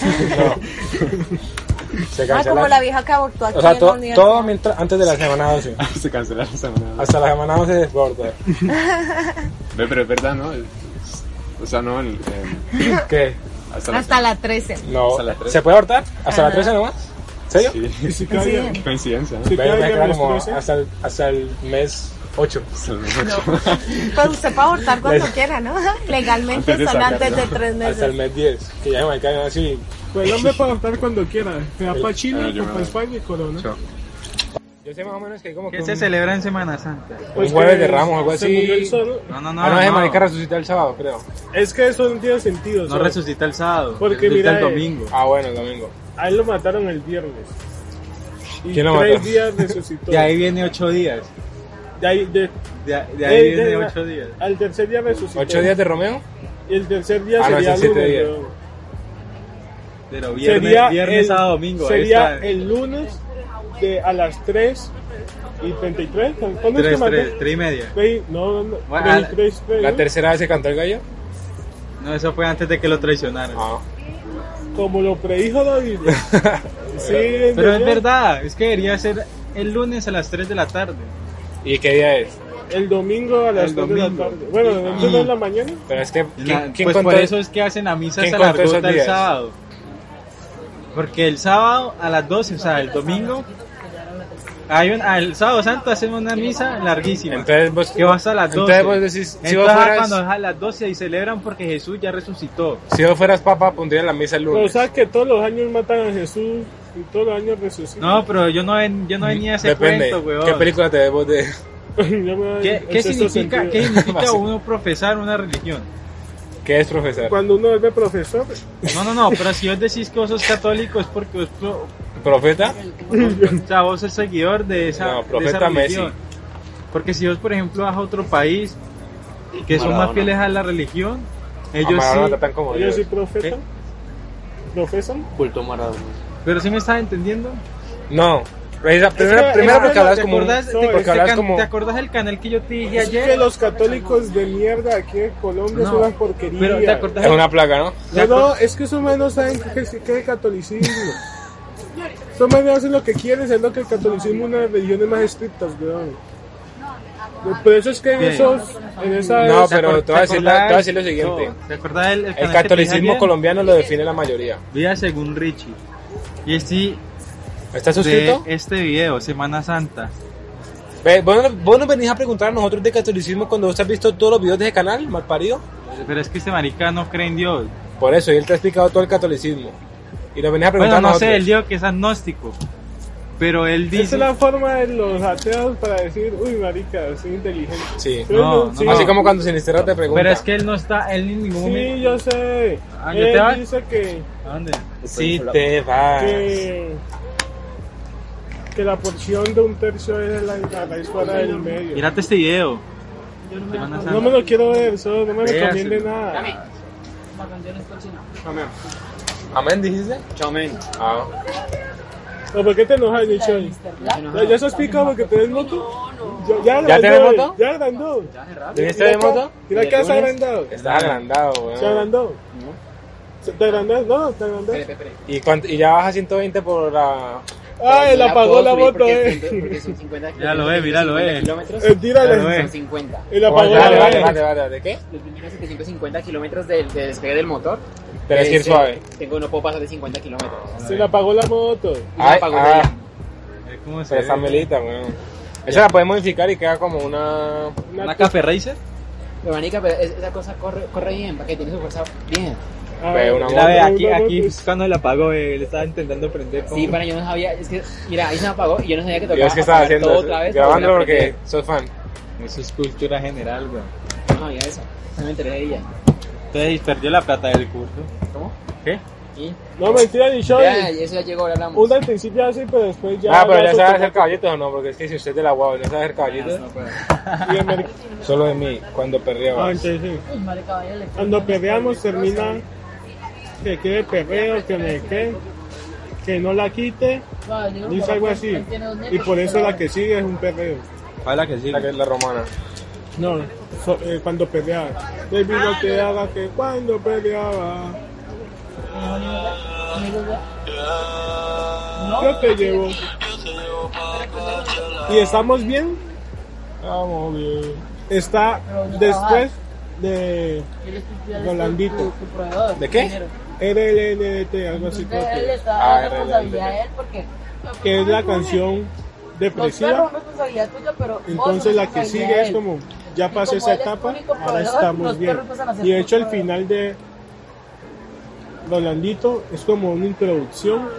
se Ah, cancela. como la vieja que abortó aquí o sea, en to- la universidad. todo mientras, antes de la semana 12. Se cancela la semana dos. Hasta la semana 12 es gordo. Ve, pero es verdad, ¿no? El- O sea, no, el, eh, ¿Qué? hasta la Hasta la 13. No. Hasta las 13. ¿Se puede abortar? ¿Hasta Ajá. las 13 nomás? ¿En serio? Sí, Y si cae, coincidencia, ¿no? Sí. Pero me Ya, ya queda las como 13. hasta el, hasta el mes 8. Hasta el mismo Pero usted puede abortar cuando quiera, ¿no? Legalmente Antes de son sacar, antes de ¿no? tres Hasta el meses. mes 10. Que ya me caen así. pues el hombre puede adoptar cuando quiera. Se Eh, va para China, Ah, yo me para voy. España y Corona. Chao. Yo sé más o menos que hay como que ¿Qué se un, celebra en Semana Santa? Pues un jueves que de ramos, algo se así. murió el sol. No, no, no. ah, no, es no. marica resucita el sábado, creo. Es que eso no tiene sentido. No ¿sabes? resucita el sábado. Porque resucita mira, el eh, domingo. Ah, bueno, el domingo. A él lo mataron el viernes. Y ¿Quién lo tres mató? días resucitó. De ahí viene ocho días. De ahí- de- De, de ahí de- de- viene ocho días. Al tercer día resucitó. ¿Ocho días de Romeo? Y el tercer día Ah, no, sería son siete lunes, días. weón. Pero viernes, sería viernes el, a domingo. ahí Sería está. el lunes de, a las 3 y 33. ¿Cuándo es que Tres, mató? tres, tres y media. Ve- este No, no, no. Bueno, Ve- a la- tres, ve- ¿La ¿no? tercera vez se cantó el gallo? No, eso fue antes de que lo traicionaran. Ah. Como lo predijo la Biblia. sí, Pero es ¿entendés? verdad, es que debería ser el lunes a las 3 de la tarde. ¿Y qué día es? El domingo a las El 3 de la domingo. tarde. Bueno, entonces no es la mañana. Pero es que, ¿quién, La- quién pues contó por eso es que hacen la misa quién se contó esos largota el días? sábado. Porque el sábado a las 12, o sea, el domingo, hay un, al sábado santo hacemos una misa larguísima. Entonces vos- que va hasta las 12. entonces vos decís, si vos Entonces, ah, fueras- cuando es a las 12 y celebran porque Jesús ya resucitó. Si vos fueras papa, pondría la misa el Pero lunes. sabes que todos los años matan a Jesús y todos los años resucitan. No, pero yo no, ven- yo no venía a ese Depende. cuento, weón. ¿Qué película te ves vos de.? Yo me- ¿Qué, en qué sexto significa, sentido. ¿qué significa uno profesar una religión? ¿Qué es profesar? Cuando uno vuelve profesor, No, no, no, pero si vos decís que vos sos católico es porque vos... pro- ¿Profeta? o sea, vos sos seguidor de esa, No, de profeta esa religión. Messi. Porque si vos, por ejemplo, vas a otro país que son más Maradona. fieles a la religión, ellos A Maradona sí... tratan como yo Dios. soy profeta. ¿Profesan? Culto Maradona. Pero sí me estás entendiendo. No. Esa, primero, que- primero es porque que hablas ¿Te como... un- acordás, no, te, porque te hablas can- como- te acordás del canal que yo te dije Es que ayer? los católicos de mierda aquí en Colombia No. son una porquería. Pero te acordás... Es una plaga, ¿no? No, no, es que esos manes no saben qué es, qué es el catolicismo. Esos manes hacen lo que quieren, es lo que el catolicismo es una de las religiones más estrictas, weón. Por eso es que en Bien. esos, en esa No, es- pero te voy a decir la- te voy a decir lo siguiente. ¿Te acordás del el El canal que te dije catolicismo ayer? colombiano lo define la mayoría. Vida según Richie. Y este ¿Estás de suscrito? este video, Semana Santa. Ve, ¿Vos, no, vos nos venís a preguntar a nosotros de catolicismo cuando vos has visto todos los videos de ese canal, mal parido? Pero es que este marica no cree en Dios. Por eso, y él te ha explicado todo el catolicismo. Y nos venís a preguntar Bueno, no a nosotros. sé, él dijo que es agnóstico. Pero él Esa dice. es la forma de los ateos para decir, uy, marica, soy inteligente. Sí. Pero No, no, sí, Así como cuando Sinisterra te pregunta. Pero es que él no está, él ni en ningún momento. sí, yo sé. Ah, ¿yo te Él va? dice que, ¿A dónde? Si te vas. que, que la porción de un tercio es la, la, la escuadra del medio. Mírate este video. Semana Santa. No me lo quiero ver, solo no me Véaselo. recomiende nada. Amén, dijiste. Chamen. Ah. ¿O por qué te enojas, Nichol? ¿Ya, ya sos picado porque tenés moto? Ya- ¿Ya, agrandó, tenés eh, moto? Ya agrandó. ¿Viniste de moto? Mira que has agrandado. Estás agrandado, Se weón. agrandó. ¿Se- ¿Te agrandás? No, te agrandás. ¿Y, cuánto- y ya vas a 120 por la. Ah, él apagó la moto, Porque eh. son 50 Ya lo ve, mira, lo 750 ve. kilómetros. Eh, Tírale. ve. Son 50. Él apagó Vale, la vale, vale, moto. vale, vale, ¿De qué? Los primeros 750 kilómetros del de despegue del motor. Tenés que ir eh, suave. Tengo, no puedo pasar de 50 kilómetros. Se le apagó la moto. Y la Ay, apagó ah. ella. Es como se Pero esa ve. melita, weón. Esa la puedes modificar y queda como una. ¿Una Café Racer? Pero, manica, pero es- esa cosa corre, corre bien, para que tiene su fuerza bien. Ah, Ve, una Mira, ve, moto, aquí, una aquí moto. es cuando el apagó, eh, le estaba intentando prender. cómo- Sí, para yo no sabía, es que, mira, ahí se me apagó y yo no sabía que Y tocaba Oh. es que estaba apagar haciendo. todo eso, otra vez. para grabando volver a porque sos fan. Eso es cultura general, güey. aprender. No había eso, no me enteré de ella. Entonces perdió la plata del curso. ¿Cómo? ¿Qué? Y, No, mentira, Nichol. ya, eso ya llegó, ahora hablamos. Una al principio así, pero después ya. ah, pero ya se sabes hacer tomó- caballitos o no, porque es que si usted es de la guau y no sabe hacer caballitos. No puedo. y el merc- Solo de mí, cuando Ah, perreaba. entonces sí. Cuando perreamos termina que quede perreo, que me que, que no la quite, dice algo así. Y por eso la que sigue es un perreo. Habla que sí. La que es la romana. No, so- eh, cuando perreaba. Baby no te haga que cuando perreaba. Yo te llevo. ¿Y estamos bien? Estamos bien. Está después de Rolandito. ¿De qué? RLNT, algo así creo que es. Ah, RLNT. que es la canción depresiva. Entonces la que sigue es como, ya pasé esa etapa, ahora estamos bien. Y de hecho el final de Rolandito es como una introducción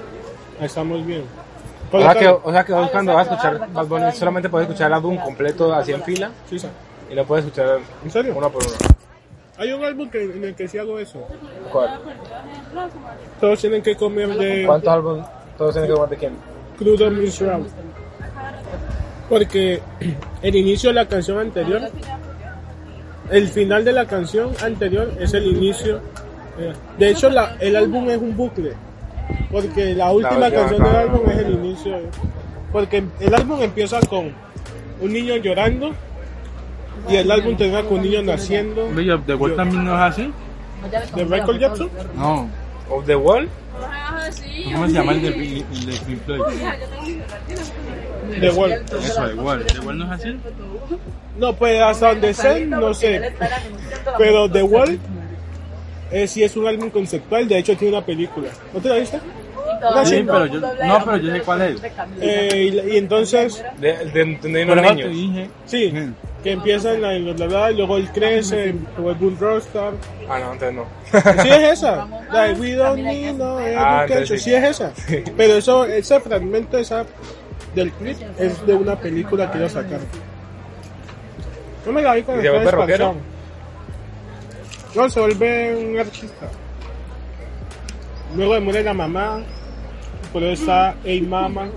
a Estamos bien. O Por sea lo que, tanto- o sea que vos cuando vas a escuchar Bad Bunny solamente puedes escuchar el álbum completo así en fila Sí, sí. y lo puedes escuchar ¿En serio? uno por uno. Hay un álbum que, en el que sí hago eso. ¿Cuál? Todos tienen que comer de ¿Cuántos álbumes todos tienen que jugar de quién? crudo Miss Shroud. Porque el inicio de la canción anterior, el final de la canción anterior es el inicio. eh, De hecho, la- el álbum es un bucle. Porque la última última, canción del claro. álbum es el inicio. eh. Porque el álbum empieza con un niño llorando y el álbum termina con un niño naciendo. ¿De vuelta también no es así? ¿De Michael Jackson? No. ¿Of the Wall? ¿Cómo se llama el de, el de Pink Floyd? De Wall. Eso, de igual. ¿De igual no es así? No, pues hasta donde sé, no sé. Pero The Wall eh, sí es un álbum conceptual, de hecho tiene una película. ¿No te la viste? Una Sí, sí. pero yo, no, pero yo sé cuál es. Eh, y, la- y entonces, De, de, de, de Por unos eso te niños. dije. sí, que empieza en la, en la- la- luego él crece, luego es un rockstar. Ah, no, entonces no. Sí es esa, la de We Don't Need No Ah, Education, entonces sí. sí es esa. Pero eso, ese fragmento esa, del clip es de una película que ellos sacaron. Yo me la vi cuando ¿Y se estaba vuelve rockero? desparchado. No, se vuelve un artista. Luego de muere la mamá, por eso está Hey Mama.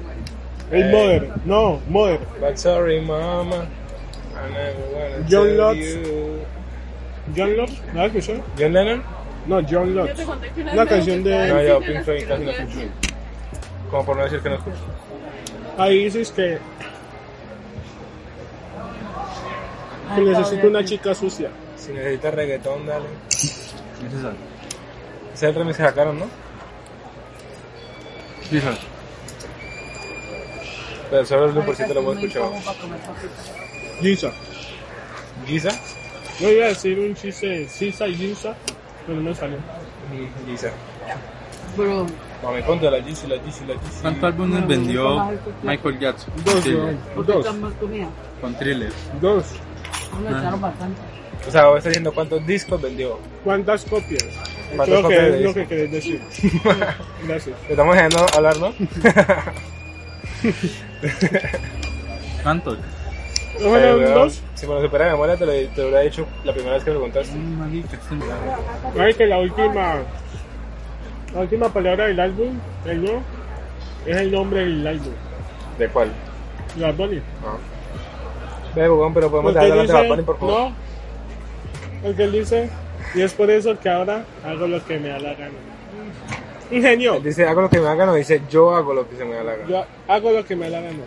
Hey Hey. Mother, no, Mother. But sorry, mama. I never wanna John tell Lotz. you. John Lord, ¿la has escuchado? ¿John Lennon? No, John Lord. Una canción No, de. yo Pink Floyd casi no escucho. Como por no decir que no escucho. Ahí dices que. Que necesito una chica sucia. Si necesitas reggaetón, dale. Ese es el remix que sacaron, ¿no? Pero solo el 1% lo hemos escuchado. Gisa. ¿Giza? Yo iba a decir un chiste de Sisa y Gisa, pero no me salió. Giza. Mami, ponte la Giza, la Giza, la Giza. ¿Cuántos álbumes vendió Michael Jackson? Dos, Thriller. weón, dos, Con thriller. dos. O sea, voy a estar diciendo cuántos discos vendió. ¿Cuántas copias? ¿Cuántas Creo copias que de es lo Gisa? que querés decir. Gracias. Te estamos dejando hablar, ¿no? ¿Cuántos? ¿No fueron Eh, weón, dos? Si me lo supera de memoria, te lo, te lo hubiera dicho la primera vez que me preguntaste. Mm. Ay, que la última. La última palabra del álbum, el no, es el nombre del álbum. ¿De cuál? Ah. La Bunny. Ve, bugón, pero podemos Porque dejar hablar de dice, Bad Bunny, por favor. No. Porque él dice, y es por eso que ahora hago lo que me da la gana. Un genio. Dice, hago lo que me hagan o dice, yo hago lo que se me da la gana. Yo hago lo que me da la gana.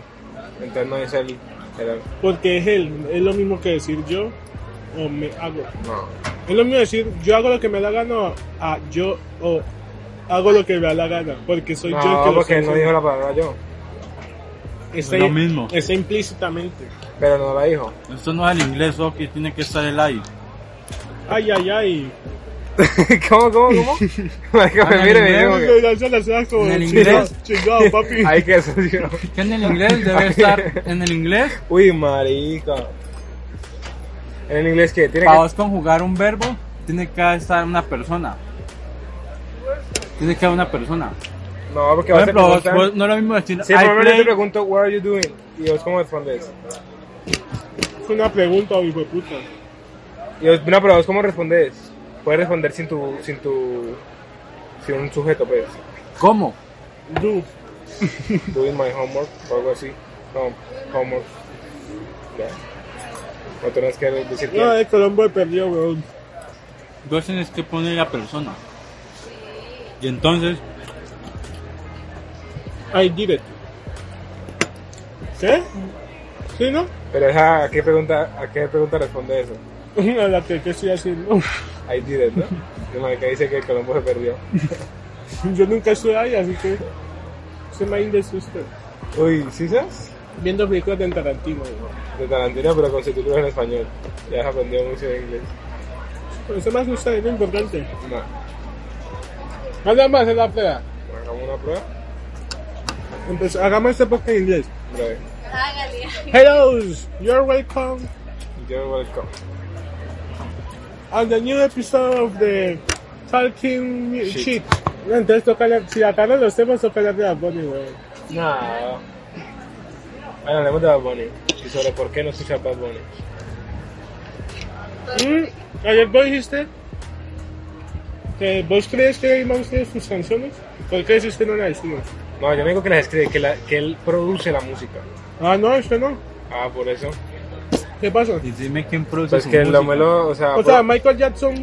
Entonces no dice el... el- Porque es él. Es lo mismo que decir yo o me hago. no. Es lo mismo decir yo hago lo que me da la gana a yo o hago lo que me da la gana. Porque soy No, yo el que lo porque estoy no dijo haciendo. la palabra yo. Está- Es lo mismo. Está implícitamente. Pero no la dijo. Esto no es el inglés, ok, tiene que estar el aire. Ay, ay, ay. ¿Cómo, cómo, cómo? Marica, me Ah, mire, en me inglés, dijo que... Ay, lanza las cejas como ¿En el chingado, inglés? chingado, papi. Ay, que eso, sí, no. Que en el inglés debe estar, en el inglés, Uy, marica. ¿En el inglés qué? Tiene para que... vos conjugar un verbo, tiene que estar una persona. Tiene que haber una persona. No, porque vas Por a ejemplo, vos, preguntar... vos no es lo mismo decir Sí, I por ejemplo, yo te play, pregunto, what are you doing? Y vos, ¿cómo respondes? Fue una pregunta, hijo de puta. Y vos, no, pero vos, ¿cómo respondes? Puedes responder sin tu... sin tu... sin un sujeto, pues. ¿cómo? Du. Doing my homework o algo así. No, homework. Ya. No tenés que decir No, quién. de Colombo perdió, weón. Vos tienes que poner la persona. Y entonces, I did it. ¿Qué? ¿Sí, no? Pero es a, a qué pregunta, a qué pregunta responde eso. A la que, que estoy haciendo. I did it, ¿no? El marica dice que el Colombo se perdió. Yo nunca estuve ahí, así que. Se me ha indeciso. Uy, ¿sí sabes? Viendo películas de Tarantino, weón. De Tarantino, pero con subtítulos en español. Ya has aprendido mucho de inglés. Pero eso me gusta, es lo importante. No. Nada más en la prueba. ¿Hagamos una prueba? Empezó- hagamos este podcast en inglés. Breve. Hello, you're welcome You're welcome. on the new episode of the Talking Shit. Shit. No, entonces toca la- si acaban los temas, toca la de Bad Bunny, weón. No. Bueno, hablemos de Bad Bunny. Y sobre por qué no escuchas Bad Bunny. Mm, Ayer vos dijiste que vos crees que Game ustedes sus canciones. ¿Por qué si usted no la decimos? No, yo no digo que las escribe, que, la- que él produce la música. Ah, no, usted no. Ah, por eso. ¿Qué pasa? y dime quién produce Pues su que lo música. melo, o sea. O pro- sea, Michael Jackson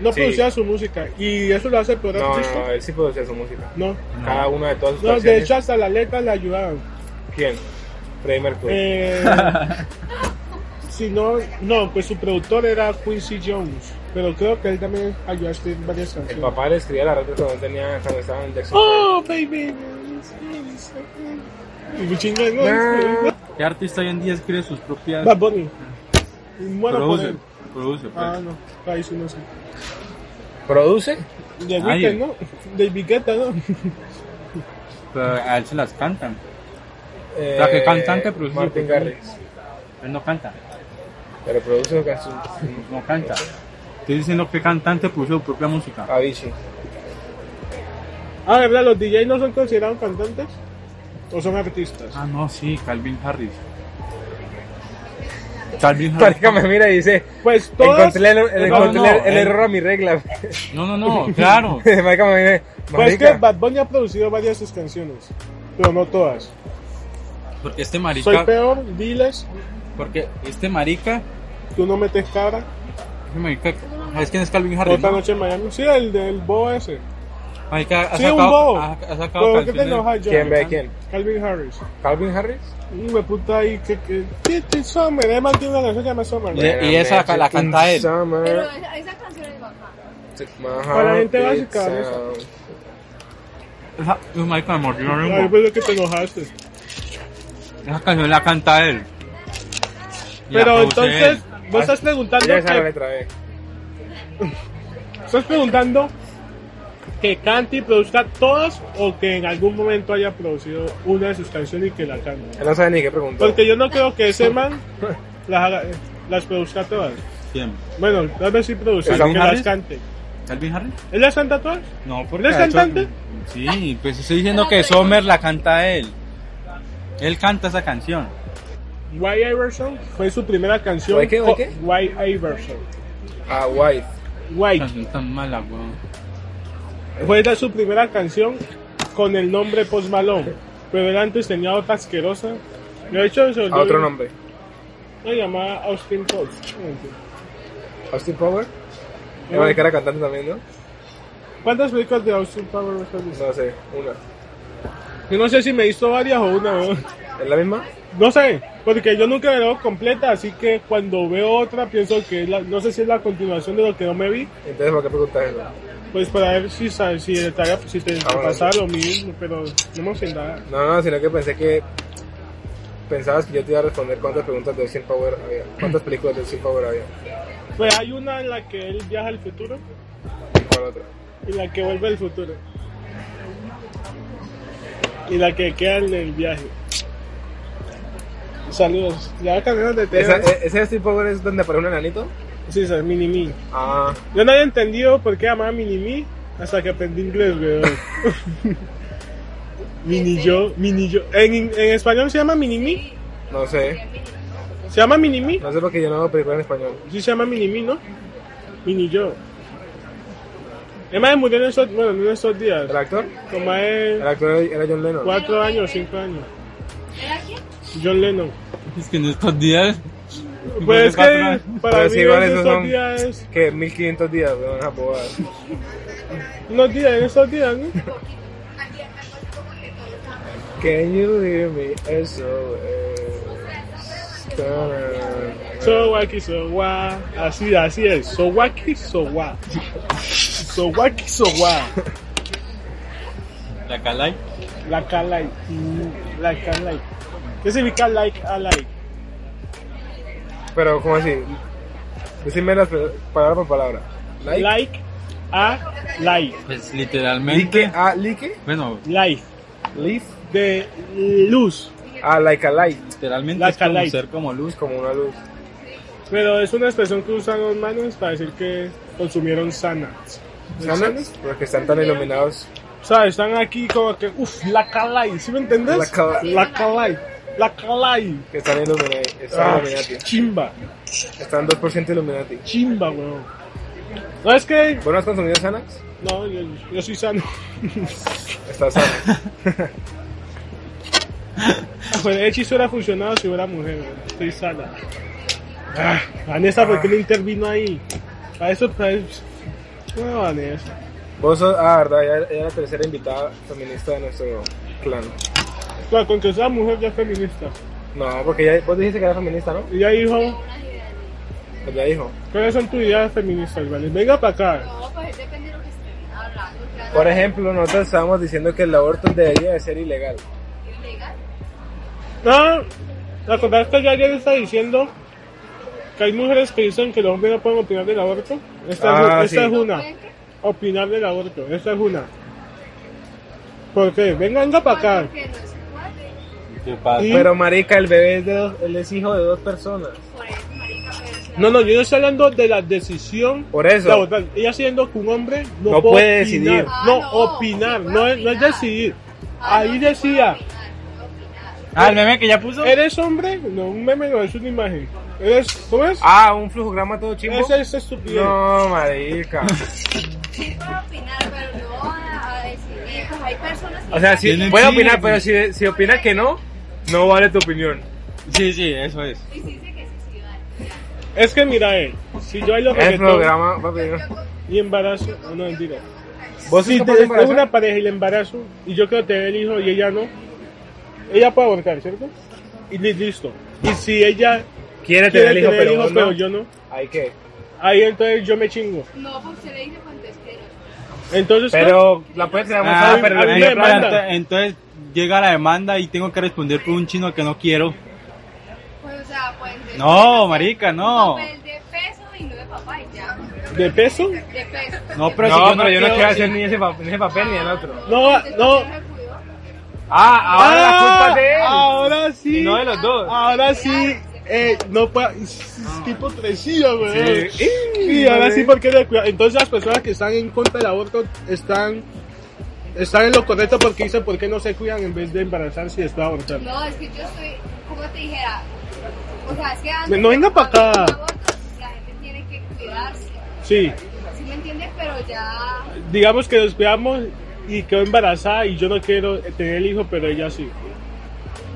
no Ah, pues- Sí. producía su música y eso lo hace el peor no, no, no, artista. él sí produce su música. No, Cada una de todas sus no, de canciones. hecho hasta la letra le ayudaron. ¿Quién? pues. Freddie Mercury. Eh, si no, no, pues su productor era Quincy Jones, pero creo que él también ayudó a escribir varias El canciones. papá le escribía la letra cuando tenía cuando estaba en Jackson. Oh, baby. Y mi chinga, no, es- ¿Qué artista hoy en día escribe sus propias... Bad Bunny. Bueno, por produce, él. produce, pues. Ah, no. Ahí sí no sé. ¿Produce? De Ay. Weekend, ¿no? De Vigueta, ¿no? Pero a él se las cantan. Eh, sea, que cantante produce pues, Martin su propia Garrix. Él no canta, Pero produce su canción. no canta. Estoy diciendo que cantante produce su propia música. Avicii. Ah, ¿verdad? ¿Los DJs no son considerados cantantes? Ah. ¿O son artistas? Ah, no, sí, Calvin Harris. Marica me mira y dice, pues todos- encontré el, el- No, encontré no, el- el eh. error a mi regla. No, no, no, claro. Marica me dice, Pues es marica, que Bad Bunny ha producido varias de sus canciones, pero no todas. Porque este Soy marica. peor, diles, Porque este marica. tú no metes cara. Este marica. ¿Sabes quién es Calvin Harris? Otra no? noche en Miami. Sí, el del bobo ese. Marica ha Sí, un sacado. bobo. Ha, ha sacado ¿Por qué te canciones. enojas, John? ¿Quién ve a quién? Calvin Harris. ¿Calvin Harris? Y me puta ahí que que que que Summer, además tiene una canción llamada Summer. Y- Eh, y esa ca- la canta él. Summer, esa canción es bacana. my heart Para la gente beats básica, ¿no? out. Esa- uy, marica me mordió la lengua. Ay, pues es que te enojaste. Esa canción la canta él. Y la Pero produce entonces, él. vos estás preguntando Ya esa la que, letra B. estás preguntando que cante y produzca todas o que en algún momento haya producido una de sus canciones y que la cante. Él no sabe ni qué preguntar. Porque yo no creo que ese man las, haga- eh, las produzca todas. ¿Quién? Bueno, tal vez sí produce, ¿Calvin que Harris? las cante. ¿Calvin Harris? ¿Él las canta todas? No, ¿No es ha hecho- cantante? Sí, pues estoy diciendo que Sommer la canta él. Él canta esa canción. Why Iverson fue su primera canción. ¿Why qué, why co- qué? Why Iverson. Ah, White. Why. Canción Ah, tan mala, weón. Fue de su primera canción con el nombre Post Malone, pero él antes tenía otra asquerosa. De hecho, A se volvió- otro nombre. Se llamaba Austin Post. Austin Power. Era de cara cantante también, ¿no? ¿Cuántas películas de Austin Power has visto? No sé, una. Yo no sé si me hizo varias o una. ¿no? ¿Es la misma? No sé, porque yo nunca la veo completa, así que cuando veo otra pienso que es la- no sé si es la continuación de lo que no me vi, Entonces, ¿para qué preguntas eso? pues para ver si sa- si te, haga- si te, te Ah, bueno. pasa lo mismo, pero no me sé nada. No, no, sino que pensé que pensabas que yo te iba a responder cuántas preguntas de Austin Power había, cuántas películas de Austin Power había. Pues hay una en la que él viaja al futuro ¿Y cuál otra? y la que vuelve al futuro. Y la que queda en el viaje. Saludos. Ya cambiaron de ¿Esa, tema. e- ¿Ese Austin Power es donde aparece un enanito? Sí, esa es Mini Me. Ah, Yo no había entendido por qué llamaba Mini Me hasta que aprendí inglés, weón. mini yo, Mini yo. ¿En, en español se llama Mini Me? no sé. ¿Se llama Mini Me? No sé porque yo no veo películas en español. Sí se llama Mini Me, ¿no? Mini yo. Emma murió en esos, bueno, no en esos días. ¿El actor? Como es El actor era John Lennon. cuatro años, cinco años. John Lennon. Es que en estos días. Pues es que para Pero sí, mí igual en esos estos son- días es Que 1500 días, weón, esa bobada. unos días, en estos días, ¿no? Can you hear me? Eso eh, es. So waki, so wa. Así, así es. So waki, so wa. So waki, so wa. La Calai. La calai. La calai. ¿Qué significa like a like? Pero, ¿cómo así? Decime las pe- palabra por palabra. Like, a like. Pues Like ah. literalmente. a like. Bueno, Life. Leaf. De luz. Ah, like a light. literalmente La es como Calai. ser como luz. Es como una luz. Pero es una expresión que usan los manos para decir que consumieron sana. ¿Sanas? Porque están tan iluminados. O sea, están aquí como que, uff, la calai. ¿Sí me entendés? La calai. La calai. La calai. Que están iluminados. Ah, Están Illuminati. chimba. Están 2% Illuminati. Chimba, weón. No es que. ¿Vos no has consumido sanas? No, yo, yo soy sano. Estás sana. Pues el hechizo hubiera funcionado si hubiera mujer, weón. Estoy sana. Ah, Vanessa, ¿por qué no intervino ahí? Para eso, para eso. Bueno, Vanessa. Vos sos. Ah, verdad, ella ella era la tercera invitada feminista de nuestro clan. Claro, con que sea mujer ya es feminista. No, porque ella, vos dijiste que era feminista, ¿no? Ella dijo, Pues ya dijo. ¿cuáles son tus ideas feministas, ¿vale? Venga para acá. pues Por ejemplo, nosotros estábamos diciendo que el aborto debería de ser ilegal. No, la cosa es que yo ayer está diciendo que hay mujeres que dicen que los hombres no pueden opinar del aborto. Esta, Ah, es, sí. esta es una. Opinar del aborto, esta es una. ¿Por qué? Venga, venga para acá. ¿Qué pasa? Y- Pero marica, el bebé es de dos- él es hijo de dos personas. No, no, yo no estoy hablando de la decisión Por eso. de abortar. Ella siendo que un hombre no, No puede decidir. opinar, Ah, No, opinar, Ah, no, es, no es decidir. Ahí decía, Ah, el meme que ya puso. ¿eres hombre? No, un meme no es una imagen. ¿Eres, ¿Tú ves? Ah, un flujograma todo chimbo. Esa es estupidez. No, marica. Sí puedo opinar, pero no a, a decidir. Pues hay personas que O sea, sí, Tienen voy a chile, opinar, güey. pero si, si opina que no, no vale tu opinión. Sí, sí, eso es. Y si dice que sí, sí, vale. Es que mira, eh, si yo bailo El reggaetón programa, papi. y embarazo, no, no, mentira. ¿Vos si sos te capaz de tengo embarazar? una pareja y le embarazo y yo quiero tener el hijo y ella no, ella puede abortar, ¿cierto? Y li- listo. Y si ella Quiere tener el hijo, pero vos no. yo no, ¿Hay qué? ahí entonces yo me chingo. No, pues se le dice contestero. Entonces, Pero la puedes tener Ah, avanzada, pero ah, la ento- tiene plata. ento- entonces llega la demanda y tengo que responder por un chino que no quiero. Pues, o sea, pueden ser No, marica, no. papel pues, de peso y no de papá y ya. ¿De peso? De peso. No, pero, no, si yo pero yo no no quiero- quiero hacer ni ese, pa- ni ese papel ni el otro. No, no. Ah, ahora la culpa es de él. Ahora sí. Y no de los dos. Ah. Ahora sí. Eh, no puede. Es tipo tresillo, güey. Sí. Y ahora sí, porque de cuidado. Entonces, las personas que están en contra del aborto están. Están en lo correcto porque dicen por qué no se cuidan en vez de embarazarse y estar abortando. No, es que yo estoy, como te dijera, o sea, es que No, antes no venga pa' acá. cuando hubo abortos, la gente tiene que cuidarse, Sí, ¿sí me entiendes? Pero ya, digamos que nos cuidamos y quedó embarazada y yo no quiero tener el hijo, pero ella sí.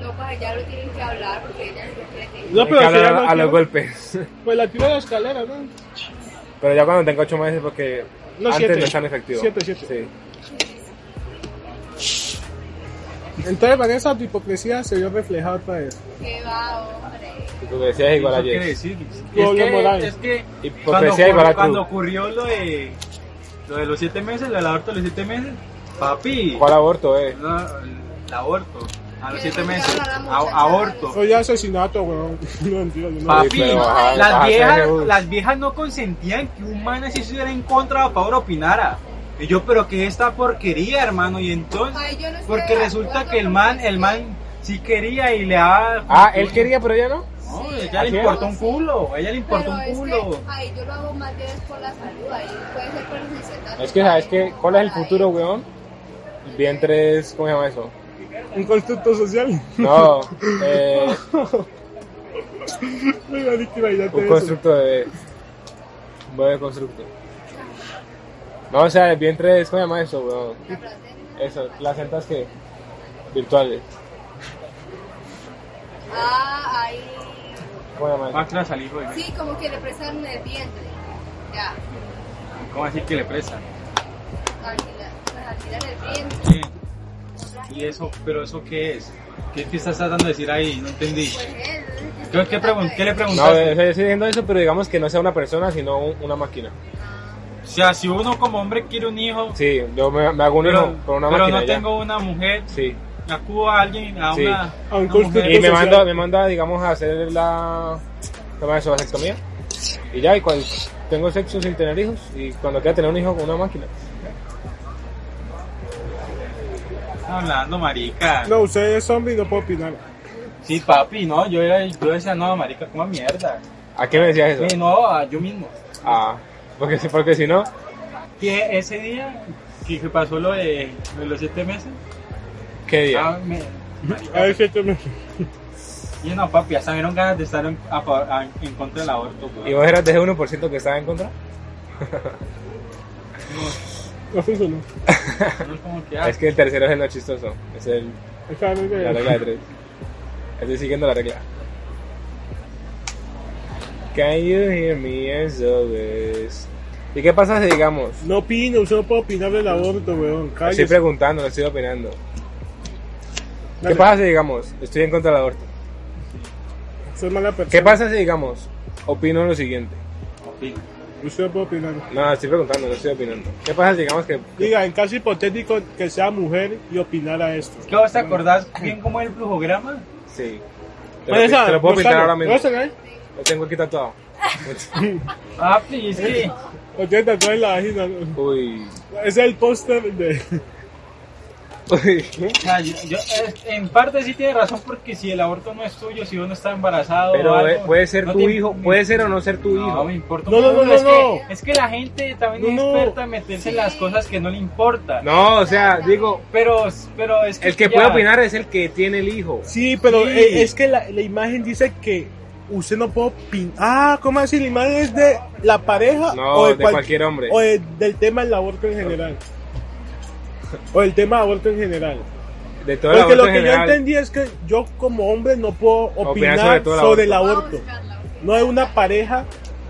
no, pues ya lo tienen que hablar porque ella se tiene No, Hay pero que si hablar ya no a, a los quiero- golpes. Pues la tiro de la escalera, ¿no? Pero ya cuando tenga ocho meses, porque No, antes siete. no es tan efectivo. Siete, siete. Sí. Entonces, Vanessa, tu hipocresía se vio reflejada otra vez. que va, hombre. Y tú decías igual Eso quiere ayer. decir. Tú hablas Es moral. que, es que cuando, Hipocresía ocurrió- igual a cuando tú. ocurrió lo de, lo de los siete meses, lo del aborto de los siete meses, papi, ¿Cuál aborto, eh? no, el aborto a los siete Quiere meses, obligar a la a- muchacha aborto. Oye, asesinato, weón. No, mentira, yo no. Papi, pero baja- las, baja viejas, ese bus. las viejas no consentían que un man así estuviera en contra o a favor opinara. Y yo, pero que esta porquería, hermano, y entonces, Ay, yo no estoy porque de resulta acuerdo que el con man, eso. el man sí quería y le daba... Ah, él quería, pero ya no. No, ella le Así es. importó un culo, a ella le importó Pero un es culo. que ahí yo lo hago más bien es por la salud, ahí puede ser perjudicial. Es que, ¿sabes qué? ¿Cuál es el futuro, weón? Vientres, ¿cómo se llama eso? Un constructo social. No, eh, Ay, marica, imagínate un eso. constructo de... Un bebé constructo. No, o sea, el vientre es, ¿cómo se llama eso, weón? Eso, placentas que... Virtuales. Ah, ahí, ¿Cómo se llama Más que la salí, güey. sí, como que le prestan el vientre, ya, ¿Cómo decir que le presa? alquilan, pues alquilan el vientre. Bien. ¿Y eso, pero eso qué es? ¿Qué, qué estás tratando de decir ahí? No entendí. ¿Qué, qué, pregun- qué le eso? No, preguntaste? eh, estoy diciendo eso, pero digamos que no sea una persona, sino un- una máquina. O sea, si uno como hombre quiere un hijo, Sí, yo me, me hago un pero, hijo con una pero máquina no ya. tengo una mujer, Sí. acudo a alguien, a Sí. una, A un una curso mujer. Y me Social. manda, me manda, digamos, a hacer la toma de vasectomía. Y ya, y cuando tengo sexo sin tener hijos, y cuando quiera tener un hijo con una máquina. hablando, marica. No, usted es hombre y no puedo opinar. Sí, papi, no, yo, era- yo decía, no, marica, como mierda. ¿A qué me decías eso? Sí, no, a- yo mismo. Ah, porque, si- porque si no, Que ese día que que pasó lo de, de los siete meses, ¿qué día? ah, me- A ver, siete meses. y no, papi, hasta me dieron ganas de estar en, a favor- a- en contra del aborto. güey. ¿Y vos eras de ese 1% que estaba en contra? No funcionó. No es como que, ah, Es que el tercero es el no chistoso. Es el, Esa no es la de- regla de tres. Estoy siguiendo la regla. Can you hear me as always? ¿Y qué pasa si, digamos, No opino, usted no puede opinar del aborto, weón. estoy Cállese. preguntando, no estoy opinando? ¿Qué Dale. pasa si, digamos, estoy en contra del aborto? Usted es mala persona. ¿Qué pasa si, digamos, opino lo siguiente? papi, Usted no puede opinar. No, estoy preguntando, no estoy opinando. ¿Qué pasa si, digamos, que... Diga, en caso hipotético que sea mujer y opinara esto. ¿Qué vos te acordás bien cómo es el flujograma? Sí. Te lo, pi- te lo puedo pintar ahora mismo. ¿eh? Lo tengo aquí tatuado. Papi, es que... Lo tiene tatuado en la vagina. ¿no? Uy. Ese es el póster de... Uy, ¿qué? O sea, yo- yo, eh, en parte sí tiene razón porque si el aborto no es tuyo, si uno está embarazado, o Pero eh, algo, puede ser no tu te- hijo, puede ser o no ser tu no, hijo. me importa. No, un no, no, culo, no, es, no. Que, es que la gente también No, no. es experta en meterse en las cosas que no le importan. No, o sea, digo, Pero, pero es que el que ya- puede opinar es el que tiene el hijo. Sí, pero Sí. eh, es que la, la imagen dice que usted no puede opinar. Ah, ¿cómo así? ¿La imagen es de la pareja No, de cualquier hombre. O de- del tema del aborto en general. O del tema del aborto en general. De todo el aborto Porque lo en que yo general. entendí es que yo como hombre no puedo opinar sobre todo sobre, el el aborto. No hay una pareja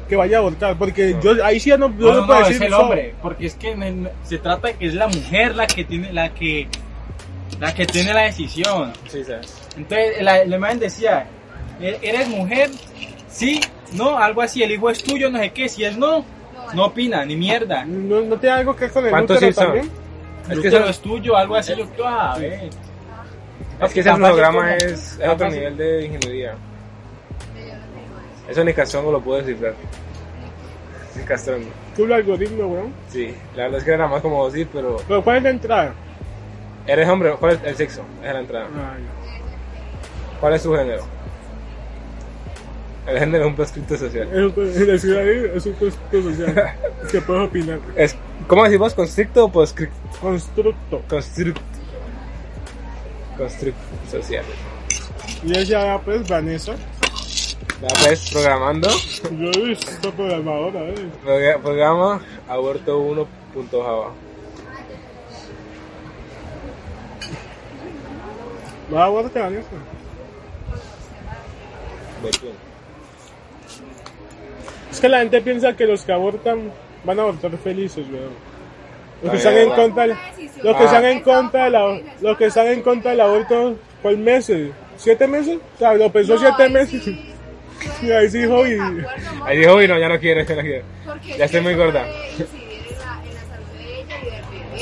que vaya a abortar, porque yo ahí sí ya no, yo No, no, no puedo no, es decir el so- hombre, porque es que en el- se trata de que es la mujer la que tiene la que la que tiene la decisión. Entonces la, la imagen decía, "E- eres mujer, sí, no, algo así, el hijo es tuyo, no sé qué, si es no, no opina ni mierda. No, tiene algo que ver con ¿Cuántos sí son? El Es que útero son- es tuyo, algo así, ah, yo qué a ver. Es que ese Capaz programa como- es, es otro capaz- nivel de ingeniería. Eso ni Castrongo lo puedo descifrar. Ni Castrongo. Tú el algoritmo, weón. Sí, la verdad es que era más como decir, pero. Pero ¿cuál es la entrada? ¿Eres hombre? ¿Cuál es el sexo? Es la entrada. ¿Cuál es su género? El género es un prescripto social. Es un, es un- es un constructo social que puedes opinar. Es, ¿Cómo decimos? ¿Constricto o poscripto? Constructo. Constructo. Constructo social. Y ella, pues, Vanessa. Ya pues, programando. Yo he visto programadora, ¿eh? Proga- Programa aborto1.java. No aborte, Vanessa. Es que la gente piensa que los que abortan van a abortar felices, weón. Los que Ah, están ya. en contra, del- los que Ah. están en contra de la, los que están en contra del aborto, ¿cuál meses? ¿Siete meses? O sea, lo pensó siete meses. Y ahí sí, dijo, y Ahí dijo, uy, no, ya no quiero, ya no quiero. Porque Ya estoy muy gorda. ella se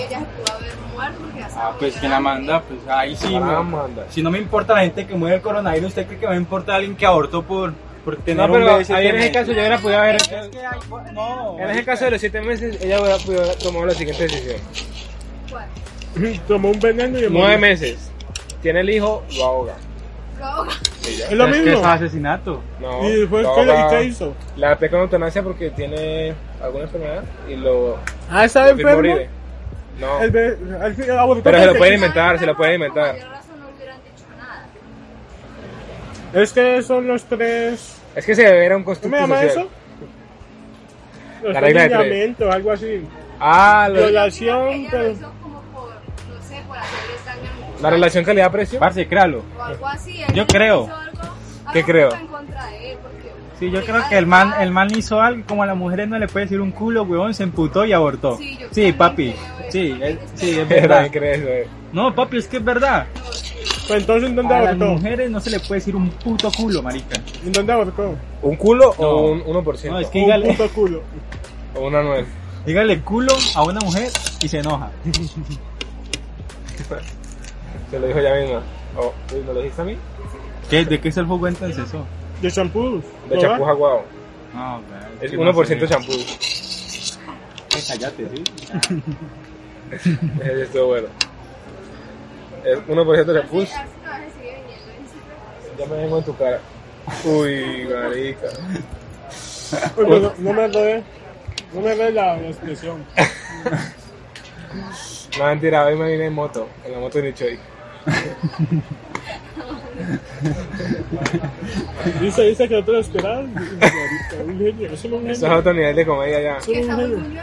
pudo haber muerto porque ya Ah, pues quien la manda, pues ahí sí. Ah, me- manda. Si no me importa la gente que muere el coronavirus, ¿usted cree que me importa alguien que abortó por, por tener No, pero un bebé ahí en ese siete caso meses? yo hubiera podido haber. No, En ese caso de los siete meses, ella hubiera podido haber tomado la siguiente decisión: Ah. tomó un veneno y nueve murió. meses. Tiene el hijo, lo ahoga. Y ya. Es lo Pero que mismo. es asesinato. No, Y después, lo ¿qué le- y ahoga. qué hizo? La aplicó con eutanasia porque tiene alguna enfermedad y lo. Ah, ¿estaba lo firmó enfermo? libre. No. El bebé- al fin- ah, abortó Pero se lo porque pueden quiso. inventar, se lo pueden inventar. Es que son los tres. Es que se debe era un ¿Cómo me constructo llama social. eso? Los La regla de tres tres. lineamientos, algo así. Ah, lo- Violación, pero. no sé, por hacerles daño a un la relación calidad-precio. Parce, créalo. o algo así. Yo creo. ¿Qué creo? Sí, yo creo que el man, el man hizo algo como a las mujeres no le puede decir un culo, weón, se emputó y abortó. Sí, yo Sí, papi. Sí, es, sí, es Verdad, verdad. crees, güey. No, papi, es que es verdad. Pues entonces, ¿dónde A las abortó? mujeres no se le puede decir un puto culo, marica. ¿En dónde abortó? ¿Un culo No. o un 1%? No, es que Un dígale, puto culo. O una nueve. dígale culo a una mujer y se enoja. Se lo dijo ella misma. Oh, uy, ¿Me lo dijiste a mí? ¿Qué, ¿De qué es el jugo entonces eso? De champús. De champú jaguao. No, Es 1% champú. Cállate, sí. Ese estuvo bueno. Es 1% champú. Ya me vengo en tu cara. Uy, marica. Uy, pues, no, no me re. No me re la, la expresión. No, mentira, hoy me vine en moto. En la moto de Nichoy. Dice, dice que no te lo esperabas. Un genio, es solo un Eso es genio. otro nivel de comedia ya. Es solo un genio.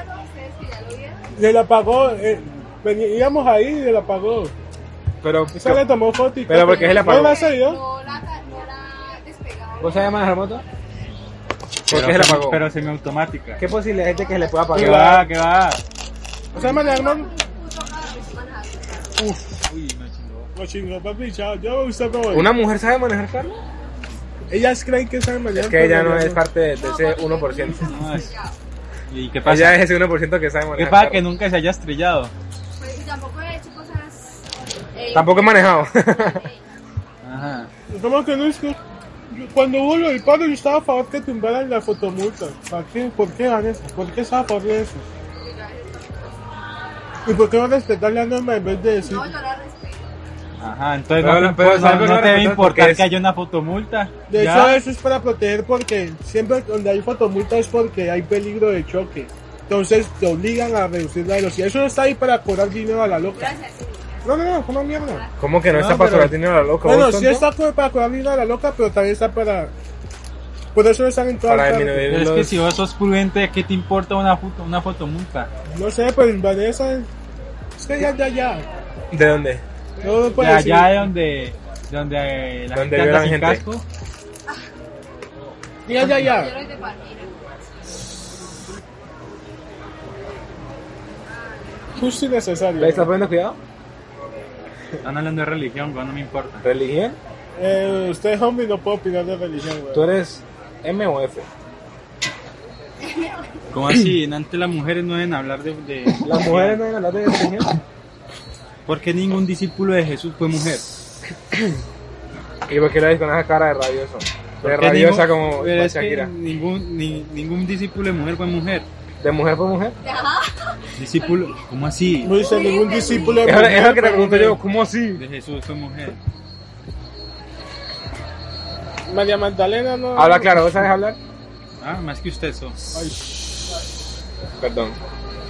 Se la pagó. eh, veníamos ahí y se la pagó. Pero, Esa le tomó foto y Pero porque se la pagó. ¿No la salió? ¿vos sabés manejar moto? ¿Por qué se la pagó? Pero semiautomática. ¿Qué posibilidad de que se le pueda ¿Qué pagar? va? ¿Qué va? ¿No sabes manejar, man? Uy, me chingó. Lo chingó, papi, chao. Yo me gusta como. ¿Una mujer sabe manejar carro? Ellas creen que saben manejar. Es que ella pero no ellas es parte de de ese 1%. No, es- ¿Y qué Ella pasa? es ese 1% que sabe ¿Qué manejar pasa carro. que nunca se haya estrellado? Pues, y tampoco he hecho cosas. eh, Tampoco he manejado. Ajá. ¿Cómo que no es que- yo- Cuando hubo lo del paro, yo estaba a favor que tumbaran la fotomulta. ¿Para qué? ¿Por qué, Vanessa? ¿Por qué estaba a favor de eso? ¿Y por qué no respetar la norma en vez de decir? Ajá, entonces Pero no, no- pero no- ¿sabes no lo que te pasa? Porque debe importar es- que haya una fotomulta. De Ya. hecho, eso es para proteger porque siempre donde hay fotomulta es porque hay peligro de choque. Entonces te obligan a reducir la velocidad. Eso no está ahí para cobrar dinero a la loca. No, no, no, como mierda. ¿Cómo que no, No, está para pero- cobrar dinero a la loca? Bueno, vos, sí tonto? está como para cobrar dinero a la loca, pero también está para Por eso están en todas Para partes. disminuir Pero es que si vos sos prudente, ¿qué te importa una foto, una fotomulta? No sé, pues Vanessa. Es que ya, ya, ya. ¿De dónde? No, no De puede decir. allá de donde, donde eh, la Donde gente anda violan sin gente. casco. Ya, ya, ya. Justo y necesario. ¿Le estás poniendo cuidado? Están hablando de religión, güey, no me importa. ¿Religión? Eh, usted es hombre y no puede opinar de religión, güey. ¿Tú eres M o F? ¿Cómo así? Antes las mujeres no deben hablar de... de- ¿Las mujeres no deben hablar de religión? ¿Por qué ningún discípulo de Jesús fue mujer? ¿Y por qué lo dices con esa cara de rabioso? De ¿Por qué rabiosa ningún- como Pero es que Shakira. ningún, ni- ningún discípulo de mujer fue mujer. ¿De mujer fue mujer? Discípulo, ¿cómo así? No dice ningún discípulo de Es lo- es lo que te pero pregunto hombre. yo, ¿cómo así? De Jesús fue mujer. María Magdalena no. Habla claro, ¿vos sabes hablar? Ah, más que usted, eso. Perdón.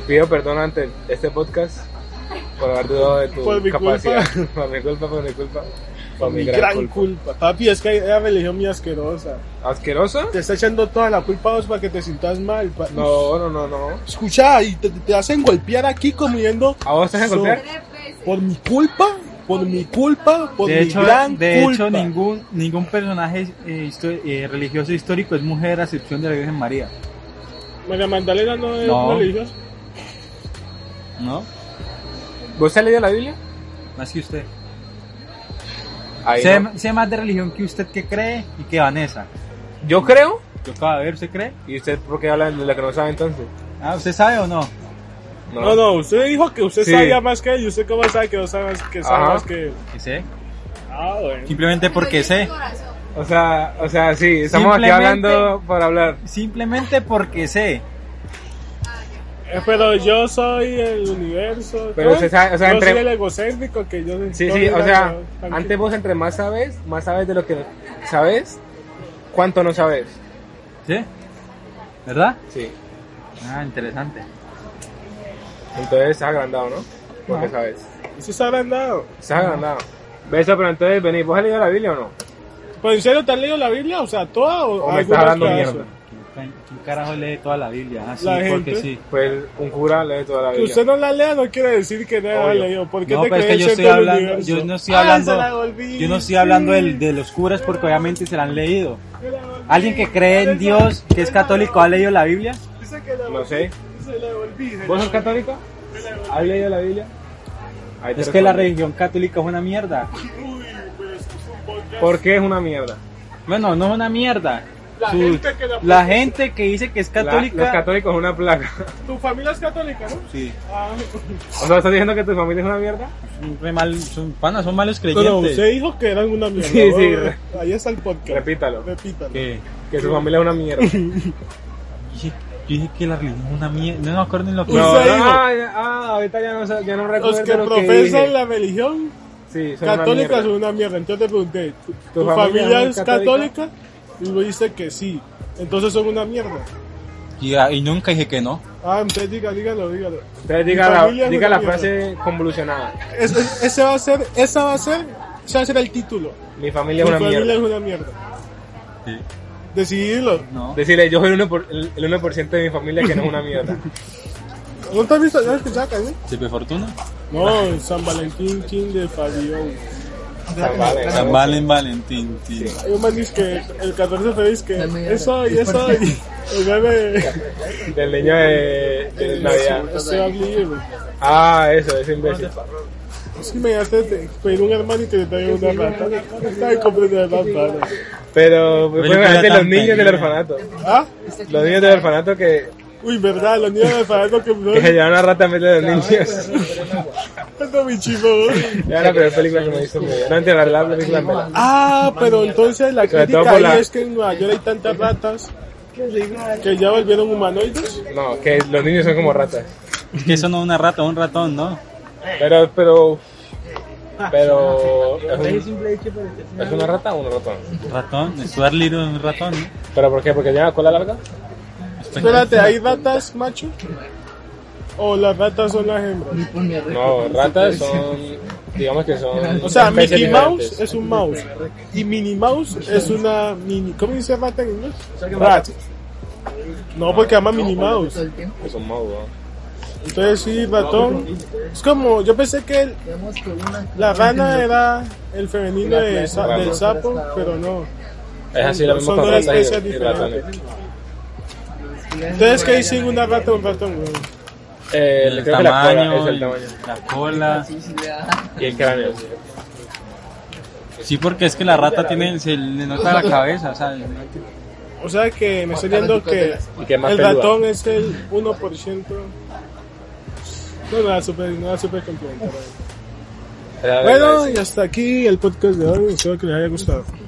Pido perdón ante este podcast por haber dudado de tu Por mi capacidad. culpa. por mi culpa, por mi culpa. Por mi gran, culpa. culpa. Papi, es que era religión muy asquerosa. ¿Asquerosa? Te está echando toda la culpa a vos para que te sientas mal. pa- No, no, no, no. Escucha, y te, te hacen golpear aquí comiendo. ¿A vos te hacen So- golpear? Por mi culpa, por mi culpa, por De mi hecho, gran de culpa. hecho ningún, ningún personaje eh, histo- eh, religioso histórico es mujer a excepción de la Virgen María, María Magdalena no es No. religiosa. ¿no? ¿Vos has leído la Biblia? Más que usted. Ahí Sé, no. sé más de religión que usted que cree y que Vanessa. Yo creo. Yo acabo de ver, ¿usted cree? ¿Y usted por qué habla de la que no sabe entonces? Ah, ¿usted sabe o no? No. No, no, usted dijo que usted Sí. sabía más que él. ¿Y usted cómo sabe que no sabe más que, sabe Ajá. más que él? Que sé. Ah, bueno. Simplemente porque sé. O sea, o sea, sí, estamos aquí Simplemente- hablando por hablar. Simplemente porque sé. Eh, Pero yo soy el universo. Pero ¿no? usted sabe- o sea, yo entre- soy el egocéntrico que yo. Sí, yo sí, diga, o sea, yo- antes vos entre más sabes, más sabes de lo que sabes, cuánto no sabes. ¿Sí? ¿Verdad? Sí. Ah, interesante. Entonces estás agrandado, ¿no? Porque No. sabes. Sí se habrán dado. Estás agrandado. Beso, pero entonces vení, ¿vos has leído la Biblia o no? ¿Pero en serio te has leído la Biblia? O sea, toda o, O me estás algunos hablando pedazos? mierda. ¿Quién quién carajo lee toda la Biblia? Ah, sí, La porque gente. sí. Pues un cura lee toda la Que Biblia. usted no la lea no quiere decir que no la Obvio. leyó. ¿Por qué No, te pero es que crees yo estoy siendo el hablando, universo? yo no estoy Ah, se la hablando, volví. yo no estoy hablando del- de los curas porque obviamente se la han leído. ¿Alguien que cree en Dios, que es católico, ha leído la Biblia? Dice que la No sé. volví, Se la volví. se ¿Vos la sos católico? volví. ¿Has leído la Biblia? Ahí te Es que la respondo. religión católica es una mierda. Uy, pero es que es un podcast. ¿Por qué es una mierda? Bueno, no es una mierda. La Su- gente que la- la gente que dice que es La- los católica... católicos es una plaga. Tu familia es católica, ¿no? Sí, Ah, O sea, ¿estás diciendo que tu familia es una mierda? son, re mal- son, panas, son malos pero usted creyentes. dijo que eran una mierda. Sí, sí. Oh, Ahí está el podcast. Repítalo. Repítalo. Que- Que tu familia es una mierda. Dije- Yo dije que la religión es una mierda. No me acuerdo ni lo que... No. No, Usted no, dijo. ah, ya- ah, ahorita ya no, sé- ya no recuerdo Los que lo profesan dije. la religión Sí, son una católica mierda. son una mierda. Entonces te pregunté, ¿tu, tu familia familia es es católica? católica? Y me dice que sí. Entonces son una mierda. Y, ah, y nunca dije que no. Ah, entonces diga, dígalo, dígalo. Entonces Mi diga la, familia es diga una la mierda. frase convolucionada. Es- es- ese va a ser, esa va a ser, ese va a ser el título. Mi Mi familia es una familia es mierda. una mierda. Sí. Decididlo. No. Decirle, yo soy el 1%, por- el, el 1 de mi familia que no es una mierda. ¿No te has visto? ¿No has escuchado la canción? ¿Siempre fortuna? No, San Valentín, King de Fabio. San Valen. San Valen, Valentín. sí. Hay un man dice que el 14 feliz que mierda. es hoy, es hoy. El bebé. Del niño de, de Navidad. Estoy hablando. Ah, eso, es imbécil. Es que me hace pedir un hermano y que te traiga una rata. Ay, compré una rata. Pero, pues, Película fíjate, los tan niños del perdida. orfanato. ¿Ah? Los niños del orfanato que, Uy, verdad, los niños de Fabio que que se me llevaron a rata en vez de los niños. Cuando mi chivo. Era la primera película que me hizo miedo. No, antes la verdad, la película me la... Ah, pero entonces la Sobre todo crítica por ahí la- es que en Nueva York hay tantas ratas que ya volvieron humanoides. No, que los niños son como ratas. Es que eso no es una rata, es un ratón, ¿no? Pero, pero... Pero... ¿Es, un- ¿es una rata o un ratón? Ratón, Stuart Little es un ratón, ¿no? ¿Pero por qué? ¿Porque tiene la cola larga? Espérate, ¿hay ratas, macho? ¿O las ratas son las hembras? Ni por mi rico. No, ratas son digamos que son. O sea, especies Mickey Mouse diferentes. es un mouse y Minnie Mouse es una mini. ¿Cómo dice rata en inglés? que Rat. No, porque ama Minnie Mouse. Es un mouse, weón. Entonces sí, ratón. Es como, yo pensé que el- la rana era el femenino de sa- del sapo, pero no. Es así la misma Son dos patata y- especies y ratones. diferentes. Entonces, ¿qué dicen una rata o un ratón? güey? Eh, El creo que la cola tamaño, es el el- tamaño. La cola. Y el cráneo. Sí, porque es que la rata tiene, se le nota la cabeza, ¿sabes? O sea que me estoy viendo que Y que es más el peluda. ratón es el 1%. No, nada super, nada super complementario. Era- Bueno, y hasta aquí el podcast de hoy. Espero que les haya gustado.